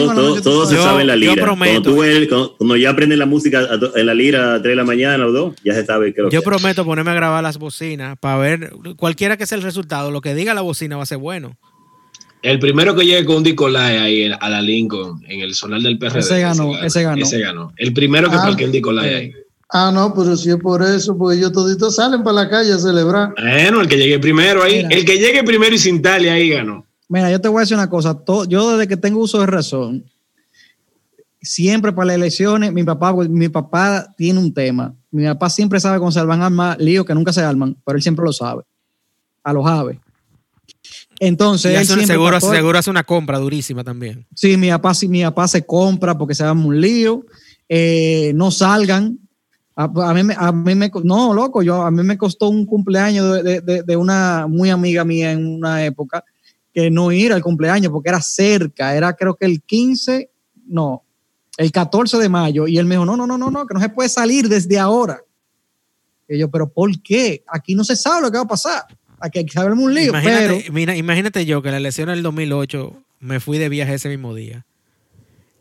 S1: Todo,
S2: en la
S1: todo-
S2: noche tú
S1: todo se
S2: sabes.
S4: Yo-
S1: sabe en la
S4: yo
S1: lira. Cuando,
S4: prometo.
S1: tú ves- cuando- cuando ya aprendes la música a do- en la lira a 3 de la mañana o 2, ya se sabe que lo
S4: Yo
S1: que-
S4: prometo ponerme a grabar las bocinas para ver cualquiera que sea el resultado, lo que diga la bocina va a ser bueno.
S3: El primero que llegue con un disco live ahí en- a la Lincoln, en el sonar del PRD.
S2: Ese ganó, ese ganó.
S3: Ese ganó. El primero que
S5: Ah,
S3: parque un disco live ahí.
S5: Ah, no, pero si es por eso, pues ellos toditos salen para la calle a celebrar.
S3: Bueno, el que llegue primero ahí.
S2: Mira.
S3: El que llegue primero y sin tal, y ahí ganó.
S2: Mira, yo te voy a decir una cosa. To- yo desde que tengo uso de razón, siempre para las elecciones, mi papá, pues, mi papá tiene un tema. Mi papá siempre sabe cuando se van a armar líos que nunca se arman, pero él siempre lo sabe. A los aves. Entonces,
S4: Y
S2: él
S4: hace-
S2: siempre
S4: seguro,
S2: para todo-
S4: seguro hace una compra durísima también.
S2: Sí, mi papá, sí, mi papá se compra porque se arma un lío. Eh, no salgan. A, a mí, me- a mí me, co- no, loco, yo, a mí me costó un cumpleaños de, de- de- de una muy amiga mía en una época que no ir al cumpleaños porque era cerca, era creo que el 15, no, el 14 de mayo. Y él me dijo, no, no, no, no, no, que no se puede salir desde ahora. Y yo, pero ¿por qué? Aquí no se sabe lo que va a pasar. Aquí hay que saberme un lío. pero,
S4: Imagínate, mira, imagínate yo que en la elección del 2008 me fui de viaje ese mismo día.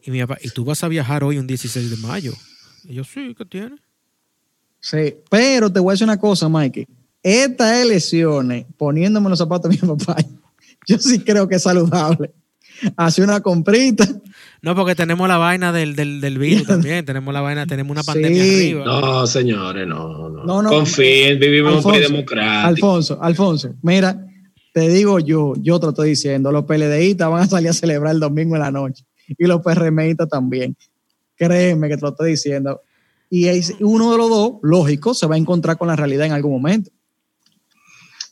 S4: Y mi papá, ¿y tú vas a viajar hoy un 16 de mayo? Y yo, sí, ¿qué tiene?
S2: Sí, pero te voy a decir una cosa, Mikey. Estas elecciones, poniéndome en los zapatos de mi papá, <laughs> yo sí creo que es saludable. Hace una comprita.
S4: No, porque tenemos la vaina del, del, del virus también. Tenemos la vaina, tenemos una
S2: Sí.
S4: pandemia arriba.
S3: No, señores, no, no.
S2: No, no.
S3: Confíen, vivimos en un país
S2: Alfonso,
S3: democrático.
S2: Alfonso, Alfonso, mira, te digo yo, yo te lo estoy diciendo, los PLDistas van a salir a celebrar el domingo en la noche y los PRMistas también. Créeme que te lo estoy diciendo. Y es- uno de los dos, lógico, se va a encontrar con la realidad en algún momento.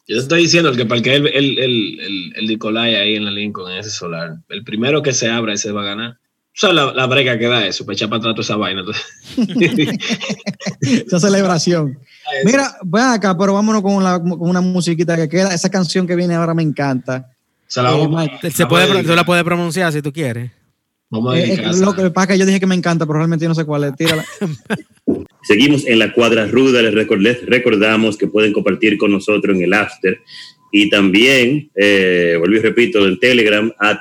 S3: Yo te estoy diciendo, el que parque el, el, el, el, el disco live ahí en la Lincoln, en ese solar. El primero que se abra, ese va a ganar. O sea, la, la brega que da eso, para echar para atrás toda esa
S2: <laughs>
S3: vaina.
S2: Esa celebración. Mira, ven acá, pero vámonos con, la- con una musiquita que queda. Esa canción que viene ahora me encanta.
S3: se la
S2: eh,
S3: vamos,
S2: Mike,
S4: Se puede, pro- tú la puedes pronunciar si tú quieres.
S3: Vamos a
S2: Eh, eh,
S3: dedicarse.
S2: lo que pasa es que yo dije que me encanta, pero realmente yo no sé cuál es.
S3: <laughs>
S2: Tírala.
S1: Seguimos en la cuadra ruda, les, recor- les recordamos que pueden compartir con nosotros en el after y también, eh, volví y repito, en Telegram, at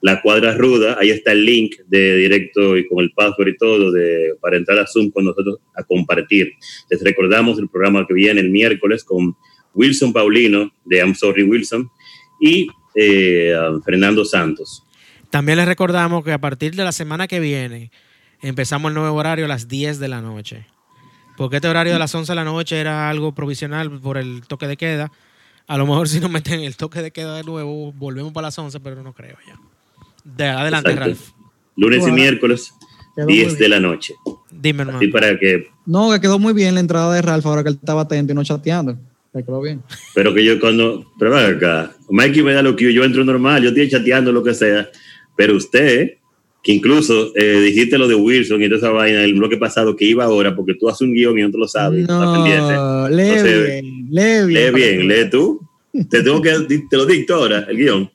S1: la cuadra ruda, ahí está el link de directo y con el password y todo de, para entrar a Zoom con nosotros a compartir. Les recordamos el programa que viene el miércoles con Wilson Paulino de I'm Sorry Wilson y eh, a Fernando Santos.
S4: También les recordamos que a partir de la semana que viene empezamos el nuevo horario a las 10 de la noche. Porque este horario de las 11 de la noche era algo provisional por el toque de queda. A lo mejor si nos meten el toque de queda de nuevo, volvemos para las 11, pero no creo ya. De, adelante,
S1: Exacto.
S4: Ralph.
S1: Lunes
S2: Bueno,
S1: y miércoles,
S2: quedó muy
S1: 10 de
S2: bien. Ah.
S1: la noche.
S4: Dime, hermano.
S1: Así para que
S2: No, que quedó muy bien la entrada de Ralph ahora que él estaba atento y no chateando. Le quedó bien.
S1: Pero que yo cuando. Pero ven acá. Mikey me da lo que yo entro normal, yo estoy chateando lo que sea. Pero usted, que incluso eh, dijiste lo de Wilson y toda esa vaina, el bloque pasado que iba ahora, porque tú haces un guión y no te lo sabes. está pendiente.
S2: No, lee
S1: Entonces,
S2: bien, lee
S1: Lee
S2: bien.
S1: bien, lee tú. Te tengo que. Te lo dicto ahora, el guión.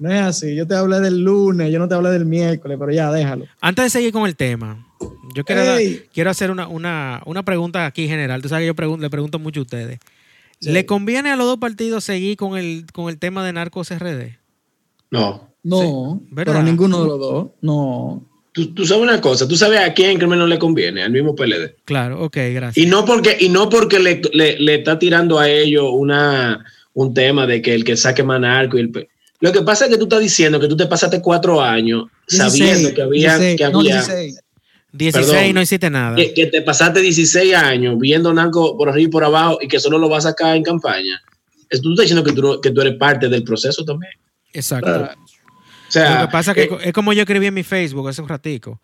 S2: No es así. Yo te hablé del lunes, yo no te hablé del miércoles, pero ya, déjalo.
S4: Antes de seguir con el tema, yo quiero, dar-
S2: Ey.
S4: quiero hacer una, una, una pregunta aquí general. Tú sabes que yo pregun- le pregunto mucho a ustedes. ¿Le conviene a los dos partidos seguir con el, con el tema de Narcos RD?
S3: No.
S2: No,
S4: ¿verdad?
S2: pero ninguno de los dos. No.
S3: Tú, tú sabes una cosa, tú sabes a quién que menos le conviene, al mismo PLD.
S4: Claro, ok, gracias.
S3: Y no porque, y no porque le, le- le está tirando a ellos una, un tema de que el que saque más narco y el... pe- Lo que pasa es que tú estás diciendo que tú te pasaste cuatro años sabiendo
S2: 16,
S3: que había...
S2: 16,
S3: que,
S2: no,
S3: había
S2: 16.
S4: 16
S3: perdón. Eh,
S4: no hiciste nada.
S3: que, que te pasaste 16 años viendo narco por arriba y por abajo y que solo lo vas a sacar en campaña. Es- Tú estás diciendo que tú, no- que tú eres parte del proceso también.
S4: Exacto.
S1: Claro.
S3: O sea,
S4: Lo que pasa es
S3: eh,
S4: que es como yo escribí en mi Facebook hace un ratico.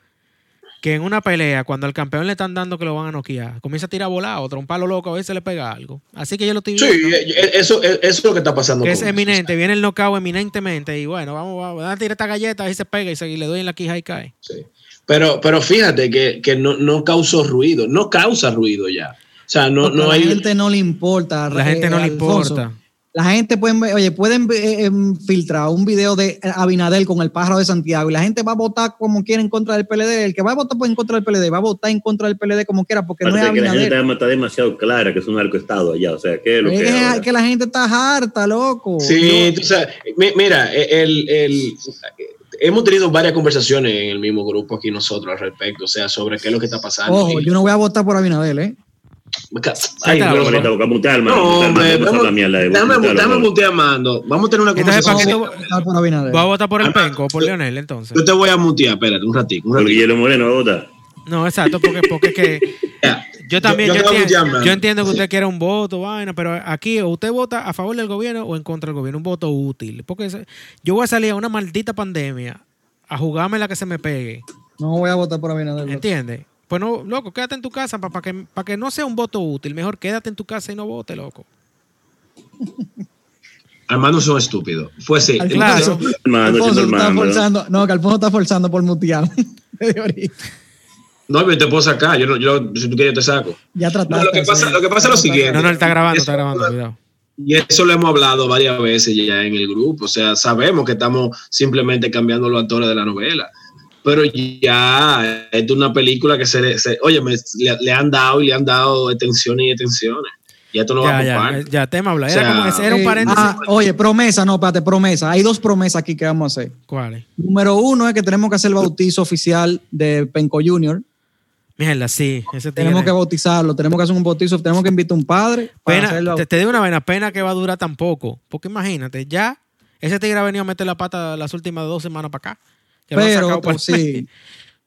S4: Que en una pelea, cuando al campeón le están dando que lo van a noquear, comienza a tirar volado, otro un palo loco, a ver si le pega algo. Así que yo lo estoy
S3: Sí,
S4: viendo,
S3: eh, eh, eso, eh, eso es lo que está pasando.
S4: que
S3: con
S4: es
S3: eso.
S4: eminente, viene el knockout eminentemente y bueno, vamos, vamos, a tirar esta galleta, ahí se pega y, se, y le doy en la quija y cae.
S3: Sí. Pero, pero fíjate que, que no, no causó ruido, no causa ruido ya. O sea, no,
S2: Porque a
S3: no
S2: la
S3: hay.
S2: gente no le importa.
S4: La gente
S2: eh,
S4: no le
S2: Alfonso.
S4: importa.
S2: La gente pueden, ver- oye, pueden eh, eh, filtrar un video de eh, Abinadel con el pájaro de Santiago y la gente va a votar como quiera en contra del PLD. El que va a votar por en contra del PLD, va a votar en contra del PLD como quiera porque no es
S1: Parece que la gente
S2: Abinadel.
S1: está, está demasiado clara que es un arcoestado allá. O sea, que es lo que.
S2: Es
S1: ahora?
S2: que la gente está harta, loco.
S3: Sí, tú sabes, mi- mira, e, el, el- hemos tenido varias conversaciones en el mismo grupo aquí nosotros al respecto, o sea, sobre qué es lo que está pasando.
S2: Ojo,
S3: Y-
S2: yo no voy a votar por Abinadel, ¿eh?
S3: Ay, no,
S4: Está bueno.
S3: no,
S1: Ahorita busca mutear, mano,
S3: no,
S1: mutear,
S3: hombre,
S1: mano, pasar la mierda de-
S3: dame,
S1: mutear,
S3: dame
S1: mano.
S3: mutear, mando. Vamos a tener una
S4: Entonces, ¿para qué
S3: conversación.
S4: tú
S2: Voy a votar por Abinadel.
S4: vas a votar por el
S3: Además,
S4: penco o por
S3: yo-
S4: Leonel entonces?
S3: Yo te voy a mutear, espérate, un ratito, un
S1: Porque
S3: ratito.
S1: Guillermo Moreno va a votar.
S4: No, exacto, porque, porque es que
S3: Ya.
S4: yo también,
S3: Yo-
S4: yo,
S3: yo te voy a mutear,
S4: entiendo,
S3: mano.
S4: yo entiendo que usted quiere un voto, vaina, pero aquí o usted vota a favor del gobierno o en contra del gobierno, un voto útil. Porque ese- yo voy a salir a una maldita pandemia a jugarme la que se me pegue.
S2: No voy a votar por Abinadel.
S4: ¿Entiendes? Pues no, loco, quédate en tu casa para que, pa que no sea un voto útil. Mejor quédate en tu casa y no vote, loco.
S3: Armando es un estúpido. Fue así.
S2: Alfonso,
S4: Claro.
S2: Alfonso,
S1: Hermano,
S2: tú
S1: siendo
S2: estás
S1: hermano.
S2: forzando, no, que Alfonso está forzando por <laughs> mutear. Desde ahorita.
S3: No, yo te puedo sacar. Yo, no- yo, si tú quieres, yo te saco.
S2: ya trataste.
S3: No, lo que
S2: eso.
S3: pasa- lo que pasa es lo siguiente.
S4: No, no, él está grabando,
S3: Eso-
S4: está grabando, cuidado.
S3: Y eso lo hemos hablado varias veces ya en el grupo. O sea, sabemos que estamos simplemente cambiando los actores de la novela. Pero ya es de una película que se, se- oye, me- le, le han dado y le han dado extensiones y extensiones. Ya esto no va
S4: Ya,
S3: a
S4: ya,
S3: ocupar.
S4: ya, tema habla. Era,
S3: O sea,
S4: como ese- era un
S2: Eh,
S4: paréntesis.
S2: ah, oye, promesa, no, espérate, promesa. Hay dos promesas aquí que vamos a hacer.
S4: ¿Cuál?
S2: Número uno es que tenemos que hacer el bautizo oficial de Penco Junior.
S4: Mierda, sí. Ese
S2: Tenemos que
S4: tigre.
S2: bautizarlo, tenemos que hacer un bautizo, tenemos que invitar un padre. para hacer el
S4: Pena,
S2: bautizo.
S4: te, te digo una vaina, pena que va a durar tan poco. Porque imagínate, ya ese tigre ha venido a meter la pata las últimas dos semanas para acá. Ya lo han
S2: Pero,
S4: sacado por-
S2: pues, sí.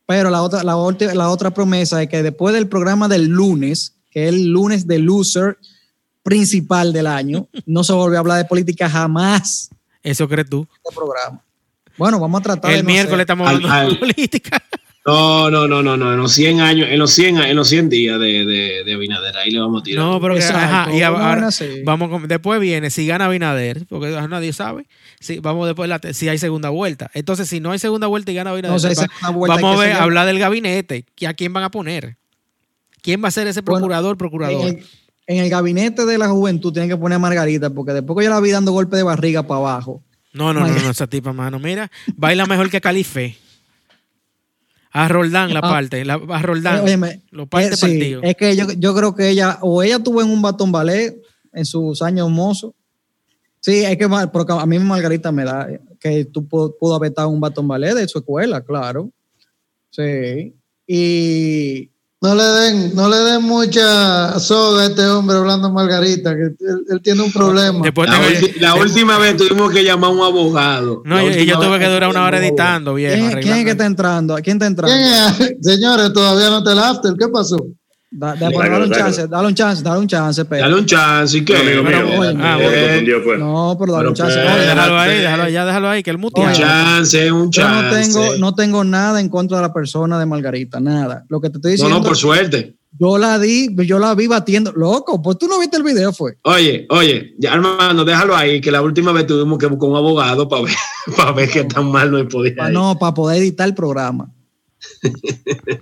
S2: Pero la otra, la, ulti- la otra promesa es que después del programa del lunes, que es el lunes de loser principal del año, no se volvió a hablar de política jamás en
S4: Eso crees tú.
S2: este programa. Bueno, vamos a tratar de
S4: El
S2: no
S4: miércoles
S2: hacer-
S4: estamos
S3: Al-
S4: hablando de
S3: al- <laughs>
S4: política.
S3: No, no, no, no, no. En los 100 años, en los 100, a- en los 100 días de, de, de Abinader, ahí le vamos a tirar.
S4: No, pero que-
S2: Exacto,
S4: ajá, y
S2: una
S4: ahora-
S2: vaina así.
S4: vamos con- después viene si gana Binader, porque nadie sabe. Si vamos después la te- si hay segunda vuelta. Entonces, si no hay segunda vuelta y gana pues, Binader,
S2: No sé,
S4: va-
S2: segunda vuelta,
S4: vamos
S2: ¿qué
S4: a
S2: se
S4: ver,
S2: llama?
S4: hablar del gabinete, que a quién van a poner. ¿Quién va a ser ese
S2: Bueno, eh,
S4: procurador,
S2: en
S4: procurador?
S2: el, en el gabinete de la juventud tienen que poner a Margarita, porque después que yo la vi dando golpe de barriga para abajo.
S4: No, no,
S2: My
S4: no,
S2: God.
S4: no, esa tipa, mano. Mira, baila mejor que Calife. A Roldán la
S2: Ah.
S4: parte, la- a Roldán.
S2: Eh, óyeme,
S4: lo parte
S2: eh, sí,
S4: partido.
S2: Es que yo, yo creo que ella, o ella tuvo en un batón ballet en sus años mozos. Sí, es que Mar- porque a mí Margarita me da eh, que tú pu- pudo haber estado en un batón ballet de su escuela, claro. Sí. Y
S5: No le den, no le den mucha soga a este hombre hablando Margarita, que él, él tiene un problema.
S4: Después
S3: La,
S4: tengo-
S3: ulti- la última vez tuvimos que llamar a un abogado.
S4: no,
S3: La
S4: y- y
S3: última
S4: yo tuve
S3: vez
S4: que durar una hora
S3: llamamos a un abogado.
S4: editando, viejo.
S2: Eh, ¿quién, quién es que
S4: arreglando.
S2: está entrando? ¿Quién está entrando?
S5: ¿Quién es? <laughs> Señores, todavía no te la after, ¿qué pasó?
S2: Da- da-
S1: Sácalo,
S2: dale un
S1: sácalo.
S2: chance, dale un chance, dale un chance, pero.
S3: Dale un chance y que.
S1: No, amigo
S4: Pero,
S1: mío.
S4: oye,
S1: Yo
S4: ah,
S3: eh,
S4: bueno.
S1: confundido fue.
S2: No, pero dale
S3: Pero
S2: un chance.
S3: pues,
S2: Oye,
S4: déjalo ahí,
S3: Espérate.
S4: déjalo ya, déjalo ahí, que el
S3: Un
S4: mutea.
S2: Oye,
S3: chance, un
S2: yo
S3: chance.
S2: no tengo, no tengo nada en contra de la persona de Margarita, nada. Lo que te estoy
S3: No,
S2: diciendo
S3: no, por suerte.
S2: Yo la di, yo la vi batiendo. Loco, pues tú no viste el video, fue.
S3: Oye, oye, ya, hermano, déjalo ahí, que la última vez tuvimos que buscar un abogado para ver, <laughs> para ver qué tan mal nos podía
S2: Pa-
S3: ir.
S2: no, para poder editar el
S3: <laughs>
S2: programa.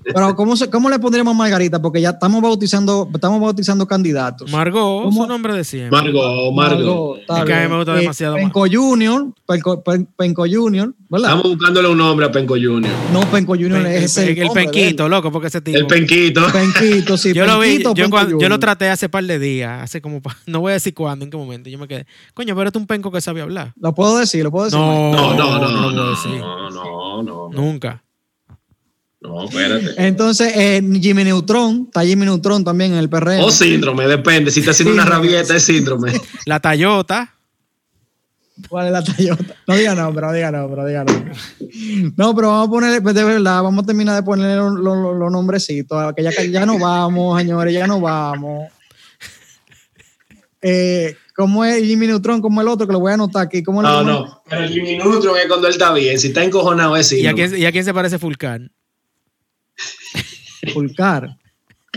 S2: Pero, ¿cómo, se- ¿cómo le pondríamos a Margarita? Porque ya estamos bautizando, estamos bautizando candidatos.
S4: Margot,
S2: ¿Cómo?
S4: su nombre de siempre.
S3: Margo, Margo.
S2: Margot, está
S4: Es que a mí
S2: bien.
S4: me gusta
S2: Eh,
S4: demasiado
S2: Penco Junior, Penco, Pen- Penco Junior, ¿verdad?
S3: Estamos buscándole un nombre a Penco Junior.
S2: No, Penco Junior
S4: Pen-
S2: es el,
S4: el, el
S2: nombre de él.
S4: penquito, loco, porque ese tipo.
S3: El Penquito.
S2: Penquito, sí.
S4: yo lo vi,
S2: Penquito,
S4: yo,
S2: Penco
S4: cuando- yo lo
S2: Junior.
S4: traté hace par de días, hace como, pa- <laughs> no voy a decir cuándo, en qué momento, yo me quedé, coño, pero eres un penco que sabe hablar.
S2: Lo puedo decir, lo puedo decir.
S4: No,
S3: No, no, no, no,
S4: lo puedo
S3: no,
S4: decir.
S3: no, no, no, no,
S4: Nunca.
S3: espérate.
S2: Entonces, eh, Jimmy Neutron, está Jimmy Neutron también en el PRM.
S3: O síndrome, depende. Si está haciendo una
S2: Síndrome.
S3: rabieta, es síndrome.
S4: La Toyota,
S2: ¿Cuál es la Toyota? No diga nombre, no diga nombre, no diga nombre. No, pero vamos a ponerle, pues, de verdad, vamos a terminar de ponerle los los- los nombrecitos, que ya, ya no vamos, señores, ya no vamos. Eh, ¿Cómo es Jimmy Neutron? ¿Cómo el otro? Que lo voy a anotar aquí. ¿Cómo es el
S3: No,
S2: otro?
S3: no. Pero el minuto es cuando él está bien. Si está encojonado, es
S4: ¿y a,
S3: síndrome.
S4: quién, y a quién se parece Fulcán?
S2: Fulcar.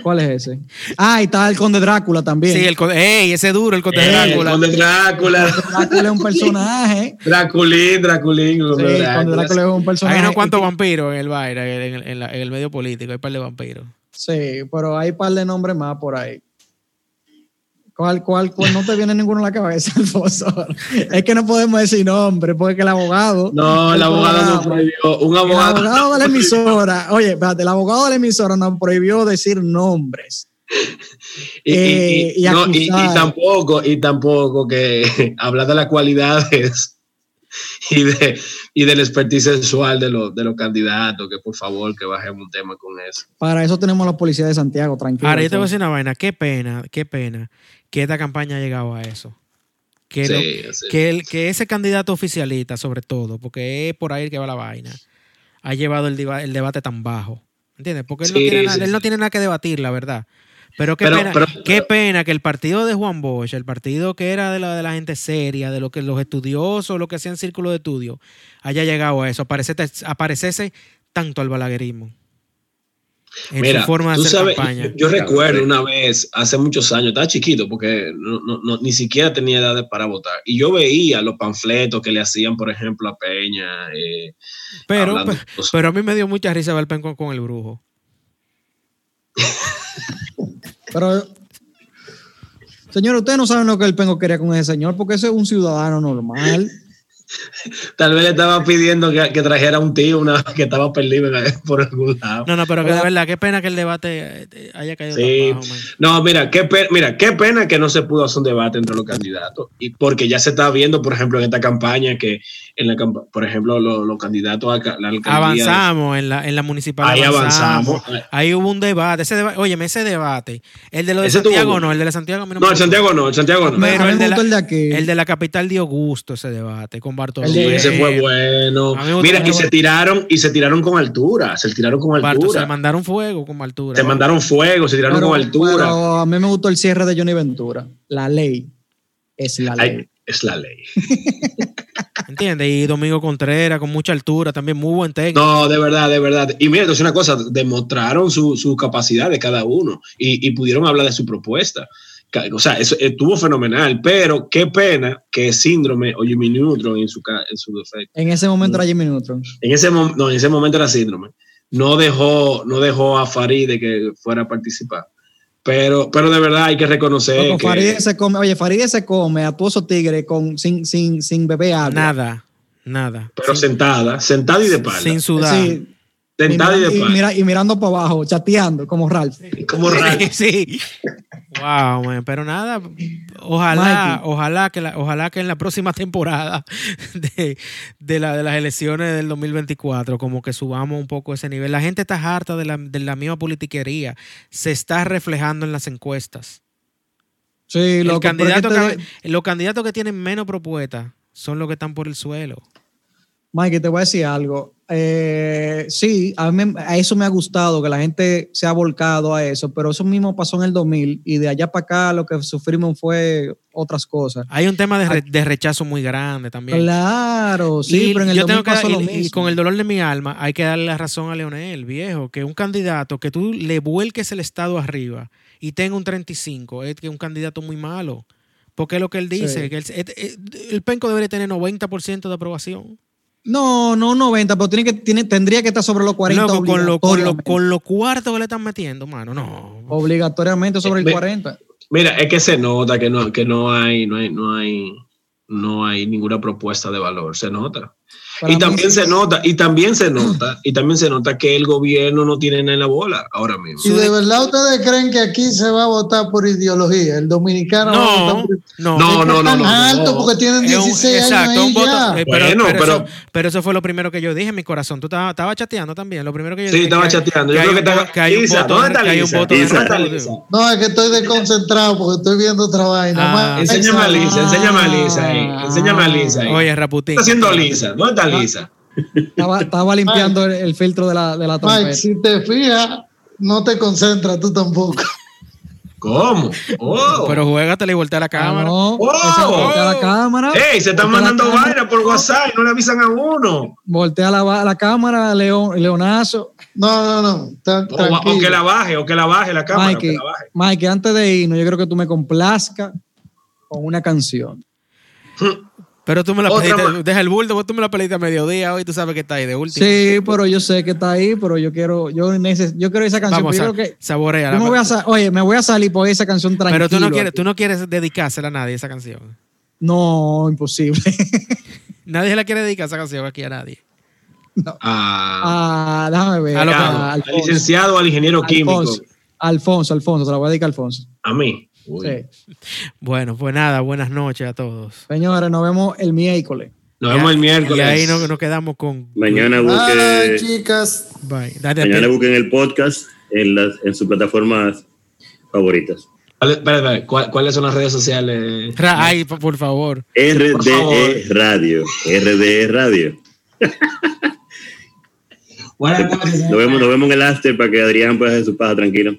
S2: ¿Cuál es ese? Ah, y está el Conde Drácula también.
S4: Sí, el co- ¡Ey! Ese duro, el conde
S3: Eh,
S4: Drácula.
S3: Conde Drácula. <laughs>
S2: Drácula es un personaje.
S3: Draculín, Draculín.
S2: Sí,
S3: Conde
S2: el
S3: Drácula.
S2: Conde Drácula es un personaje.
S4: Hay unos cuantos vampiros en el baile, en el, en la- en el medio político, hay un par de vampiros.
S2: Sí, pero hay un par de nombres más por ahí. ¿Cuál, cuál, cuál? No te viene ninguno a la cabeza, <laughs> Alfonso. Es que no podemos decir nombre, porque el abogado.
S3: No, el abogado no
S2: abogado-
S3: prohibió. Un
S2: El
S3: abogado.
S2: abogado de la emisora. Oye, espérate, el abogado de la emisora nos prohibió decir nombres.
S3: Y, y-
S2: eh,
S3: y-
S2: y
S3: no, y- y
S2: acusar.
S3: <laughs> tampoco, y tampoco que hablar de las cualidades <laughs> y, de, y del expertise sexual de, los de los candidatos, que por favor que bajemos un tema con eso.
S2: Para eso tenemos la policía de Santiago, tranquilo.
S4: Ahora, yo te voy a decir una vaina. Qué pena, qué pena que esta campaña ha llegado a eso. Que, lo-
S3: Sí, sí.
S4: que, el- que ese candidato oficialista, sobre todo, porque es por ahí que va la vaina, ha llevado el, diva- el debate tan bajo. ¿Entiendes? Porque él, no,
S3: Sí,
S4: tiene nada,
S3: sí,
S4: él no
S3: sí.
S4: tiene nada que debatir, la verdad. Pero qué,
S3: Pero-
S4: pena,
S3: pero-
S4: qué pena que el partido de Juan Bosch, el partido que era de la, de la gente seria, de lo que los estudiosos, lo que hacían círculo de estudio, haya llegado a eso, aparecese, aparecese tanto al balaguerismo. En su forma de
S3: tú
S4: hacer
S3: sabes, <laughs>
S4: campaña.
S3: Yo, yo recuerdo una vez, hace muchos años, estaba chiquito porque no- no- no- ni siquiera tenía edad para votar. Y yo veía los panfletos que le hacían, por ejemplo, a Peña. eh,
S4: Pero,
S3: hablando
S4: pe-
S3: cosas.
S4: pero a mí me dio mucha risa ver Penco con el brujo.
S2: Pero, señor, ustedes no saben lo que el Pengo quería con ese señor, porque ese es un ciudadano normal.
S3: Tal vez le estaba pidiendo que, que trajera un tío una, que estaba perdido en- por algún lado.
S4: No, no, pero que de verdad, qué pena que el debate eh, eh, haya caído
S3: Sí.
S4: tan bajo. man.
S3: No, mira qué, pe- mira, qué pena que no se pudo hacer un debate entre los candidatos. Y porque ya se está viendo, por ejemplo, en esta campaña que, en la campa- por ejemplo, lo- los candidatos a ca- la alcaldía.
S4: Avanzamos en la, en la municipal.
S3: Ahí avanzamos.
S4: Ahí hubo un debate. Ese debate óyeme, ese debate. El de lo de
S3: Ese tuvo
S4: Santiago
S3: bueno.
S4: no, el de la Santiago a mí no
S3: No,
S4: me
S3: el
S4: gustó.
S3: Santiago no, el Santiago no.
S2: Me- a
S4: Pero
S2: mí
S4: el
S2: me
S4: de, la,
S2: gustó el de aquí.
S4: el de la capital dio gusto ese debate con Bartolomé.
S3: Sí, ese fue bueno.
S4: A mí me gustó
S3: Mira,
S4: mucho.
S3: y se tiraron, y se tiraron con altura. Se tiraron con
S4: Barto, se
S3: altura.
S4: mandaron fuego con altura.
S3: Se mandaron fuego, se tiraron con altura.
S2: pero a mí me gustó el cierre de Johnny Ventura. La ley es la ley.
S3: Ay, es la ley.
S4: ¿Entiendes? Y Domingo Contreras con mucha altura, también muy buen técnico.
S3: No, de verdad, de verdad. Y mira, es una cosa, demostraron su, su capacidad de cada uno y, y pudieron hablar de su propuesta. Ca- O sea, eso estuvo fenomenal, pero qué pena que síndrome o Jimmy Neutron en su, ca- en su defecto.
S2: En ese momento era Jimmy Neutron.
S3: En ese, mom- no, en ese momento era síndrome. No dejó, no dejó a Farid de que fuera a participar. Pero, pero de verdad hay que reconocer.
S2: Loco,
S3: que-
S2: Farideh se come, oye, Farideh se come a todos esos tigres con, sin, sin, sin beber agua.
S4: nada, nada.
S3: pero sentada, sentada y de pala.
S4: Sin sudar.
S2: Sí, y,
S3: sentada y de
S2: miran- y
S3: pala.
S2: mira- y mirando para abajo, chateando, como Ralph.
S3: como raro.
S4: sí. Wow, man, pero nada, ojalá,
S2: Mikey.
S4: ojalá que la, ojalá que en la próxima temporada <laughs> de, de la, de las elecciones del 2024 como que subamos un poco ese nivel. La gente está harta de la, de la misma politiquería, se está reflejando en las encuestas.
S2: Sí,
S4: El
S2: loco, pero es que
S4: candidato
S2: te-
S4: que- los candidatos que tienen menos propuestas son los que están por el suelo.
S2: Mike, te voy a decir algo. Eh, sí, a, mí- a eso me ha gustado, que la gente se ha volcado a eso, pero eso mismo pasó en el 2000 y de allá para acá lo que sufrimos fue otras cosas.
S4: Hay un tema de, re- de rechazo muy grande también.
S2: Claro, sí,
S4: Y
S2: pero en el
S4: yo
S2: 2000
S4: tengo que
S2: pasó
S4: dar-
S2: lo
S4: y-
S2: mismo.
S4: y con el dolor de mi alma hay que darle la razón a Leonel, viejo, que un candidato que tú le vuelques el estado arriba y tenga un 35, es que es un candidato muy malo. Porque es lo que él dice,
S2: Sí.
S4: que él- et- et- el penco debería tener 90% de aprobación.
S2: No, no 90, pero tiene que, tiene, tendría que estar sobre los 40
S4: Loco, con lo, con, lo,
S2: obligatoriamente.
S4: con lo cuarto que le están metiendo, mano, no.
S2: Obligatoriamente sobre el
S3: Eh, Ve-
S2: 40.
S3: Mira, es que se nota que no, que no hay, no hay, no hay, no hay ninguna propuesta de valor, se nota.
S2: Para
S3: y
S2: mí
S3: también
S2: sí.
S3: se nota, y también se nota, y también se nota que el gobierno no tiene nada en la bola ahora mismo.
S5: Si de verdad ustedes creen que aquí se va a votar por ideología, el dominicano va a
S4: No,
S5: votar por
S4: no.
S3: No, no, no,
S5: Tan
S3: no.
S5: alto porque tienen
S4: Es un-
S5: 16 años
S4: exacto,
S5: ahí
S4: un voto-
S5: ya.
S4: eh, pero,
S3: Bueno,
S4: pero eso,
S3: pero-
S4: pero eso fue lo primero que yo dije, mi corazón. Tú estabas estabas chateando también. Lo primero que yo
S3: Sí,
S4: dije
S3: estaba
S4: que-
S3: chateando. Yo
S4: hay
S3: creo que
S4: un vo-
S3: estaba.
S4: que hay un
S3: Lisa,
S4: voto
S3: ¿dónde
S4: de-
S3: está
S4: que hay un
S3: Lisa?
S4: voto de
S3: Lisa, ¿dónde está
S4: repudio.
S3: Lisa?
S5: No, es que estoy desconcentrado porque estoy viendo otra vaina.
S4: Ah,
S5: Más-
S3: Enséñame a Lisa, enséñame a Lisa ahí. Enséñame a Lisa ahí.
S4: Oye, Ah.
S3: ¿Qué
S4: Raputín.
S3: está haciendo Lisa? ¿Dónde está Lisa? <laughs>
S2: Estaba, estaba limpiando el, el filtro de la, de la trompeta.
S5: Mike, si te fijas, no te concentras tú tampoco. <laughs>
S3: ¿Cómo? Oh.
S4: Pero juégatela y voltea la
S2: Ah,
S4: cámara.
S2: no,
S3: ¡Oh!
S2: esa- voltea la cámara.
S3: ¡Ey! Se están
S2: voltea la
S3: mandando
S2: cámara,
S3: vaina por WhatsApp y no le avisan a uno.
S2: Voltea la, va- la cámara, León, Leonazo.
S5: No, no, no. tan-
S3: O, o que la
S5: tranquilo.
S3: baje, o que la baje la cámara, o que
S2: Mike,
S3: la baje.
S2: Mike, antes de irnos, yo creo que tú me complazca con una canción.
S4: Pero tú me la
S3: Otra
S4: pediste.
S3: más.
S4: Deja el bulto, vos tú me la pediste a mediodía hoy. Tú sabes que está ahí de último.
S2: Sí, pero yo sé que está ahí, pero yo quiero, yo neces yo quiero esa canción.
S4: Vamos,
S2: pero
S4: sa
S2: yo creo que-
S4: saborea.
S2: yo me voy a sa- oye, me voy a salir por esa canción tranquilo.
S4: Pero tú no, quieres,
S2: aquí.
S4: tú no quieres dedicársela a nadie esa canción.
S2: No, imposible.
S4: Nadie la quiere dedicar esa canción aquí a nadie.
S3: Ah,
S2: <laughs> Ah, déjame ver.
S4: A lo que-
S3: claro,
S2: Ah,
S3: al
S2: Alfonso,
S3: licenciado, al ingeniero químico,
S2: Alfonso, Alfonso, Alfonso, te la voy a dedicar a Alfonso.
S3: a mí.
S2: Sí.
S4: Bueno, pues nada, buenas noches a todos.
S2: Señores, nos vemos el miércoles.
S3: Nos vemos el
S4: Y
S3: miércoles.
S4: ahí nos, nos quedamos con.
S1: Mañana
S5: Ay,
S1: busque,
S5: Ah, chicas.
S4: Bye. Date
S1: mañana
S4: pie.
S1: busquen el podcast en, las, en sus plataformas favoritas.
S3: ¿Cuál- espera, espera, ¿cuál- ¿Cuáles son las redes sociales?
S4: Ra- Ay, po- por favor.
S3: Por favor.
S1: RDE E Radio. RDE Radio.
S3: Buenas noches.
S1: Nos vemos, nos vemos en el after para que Adrián pueda hacer su paja tranquilo.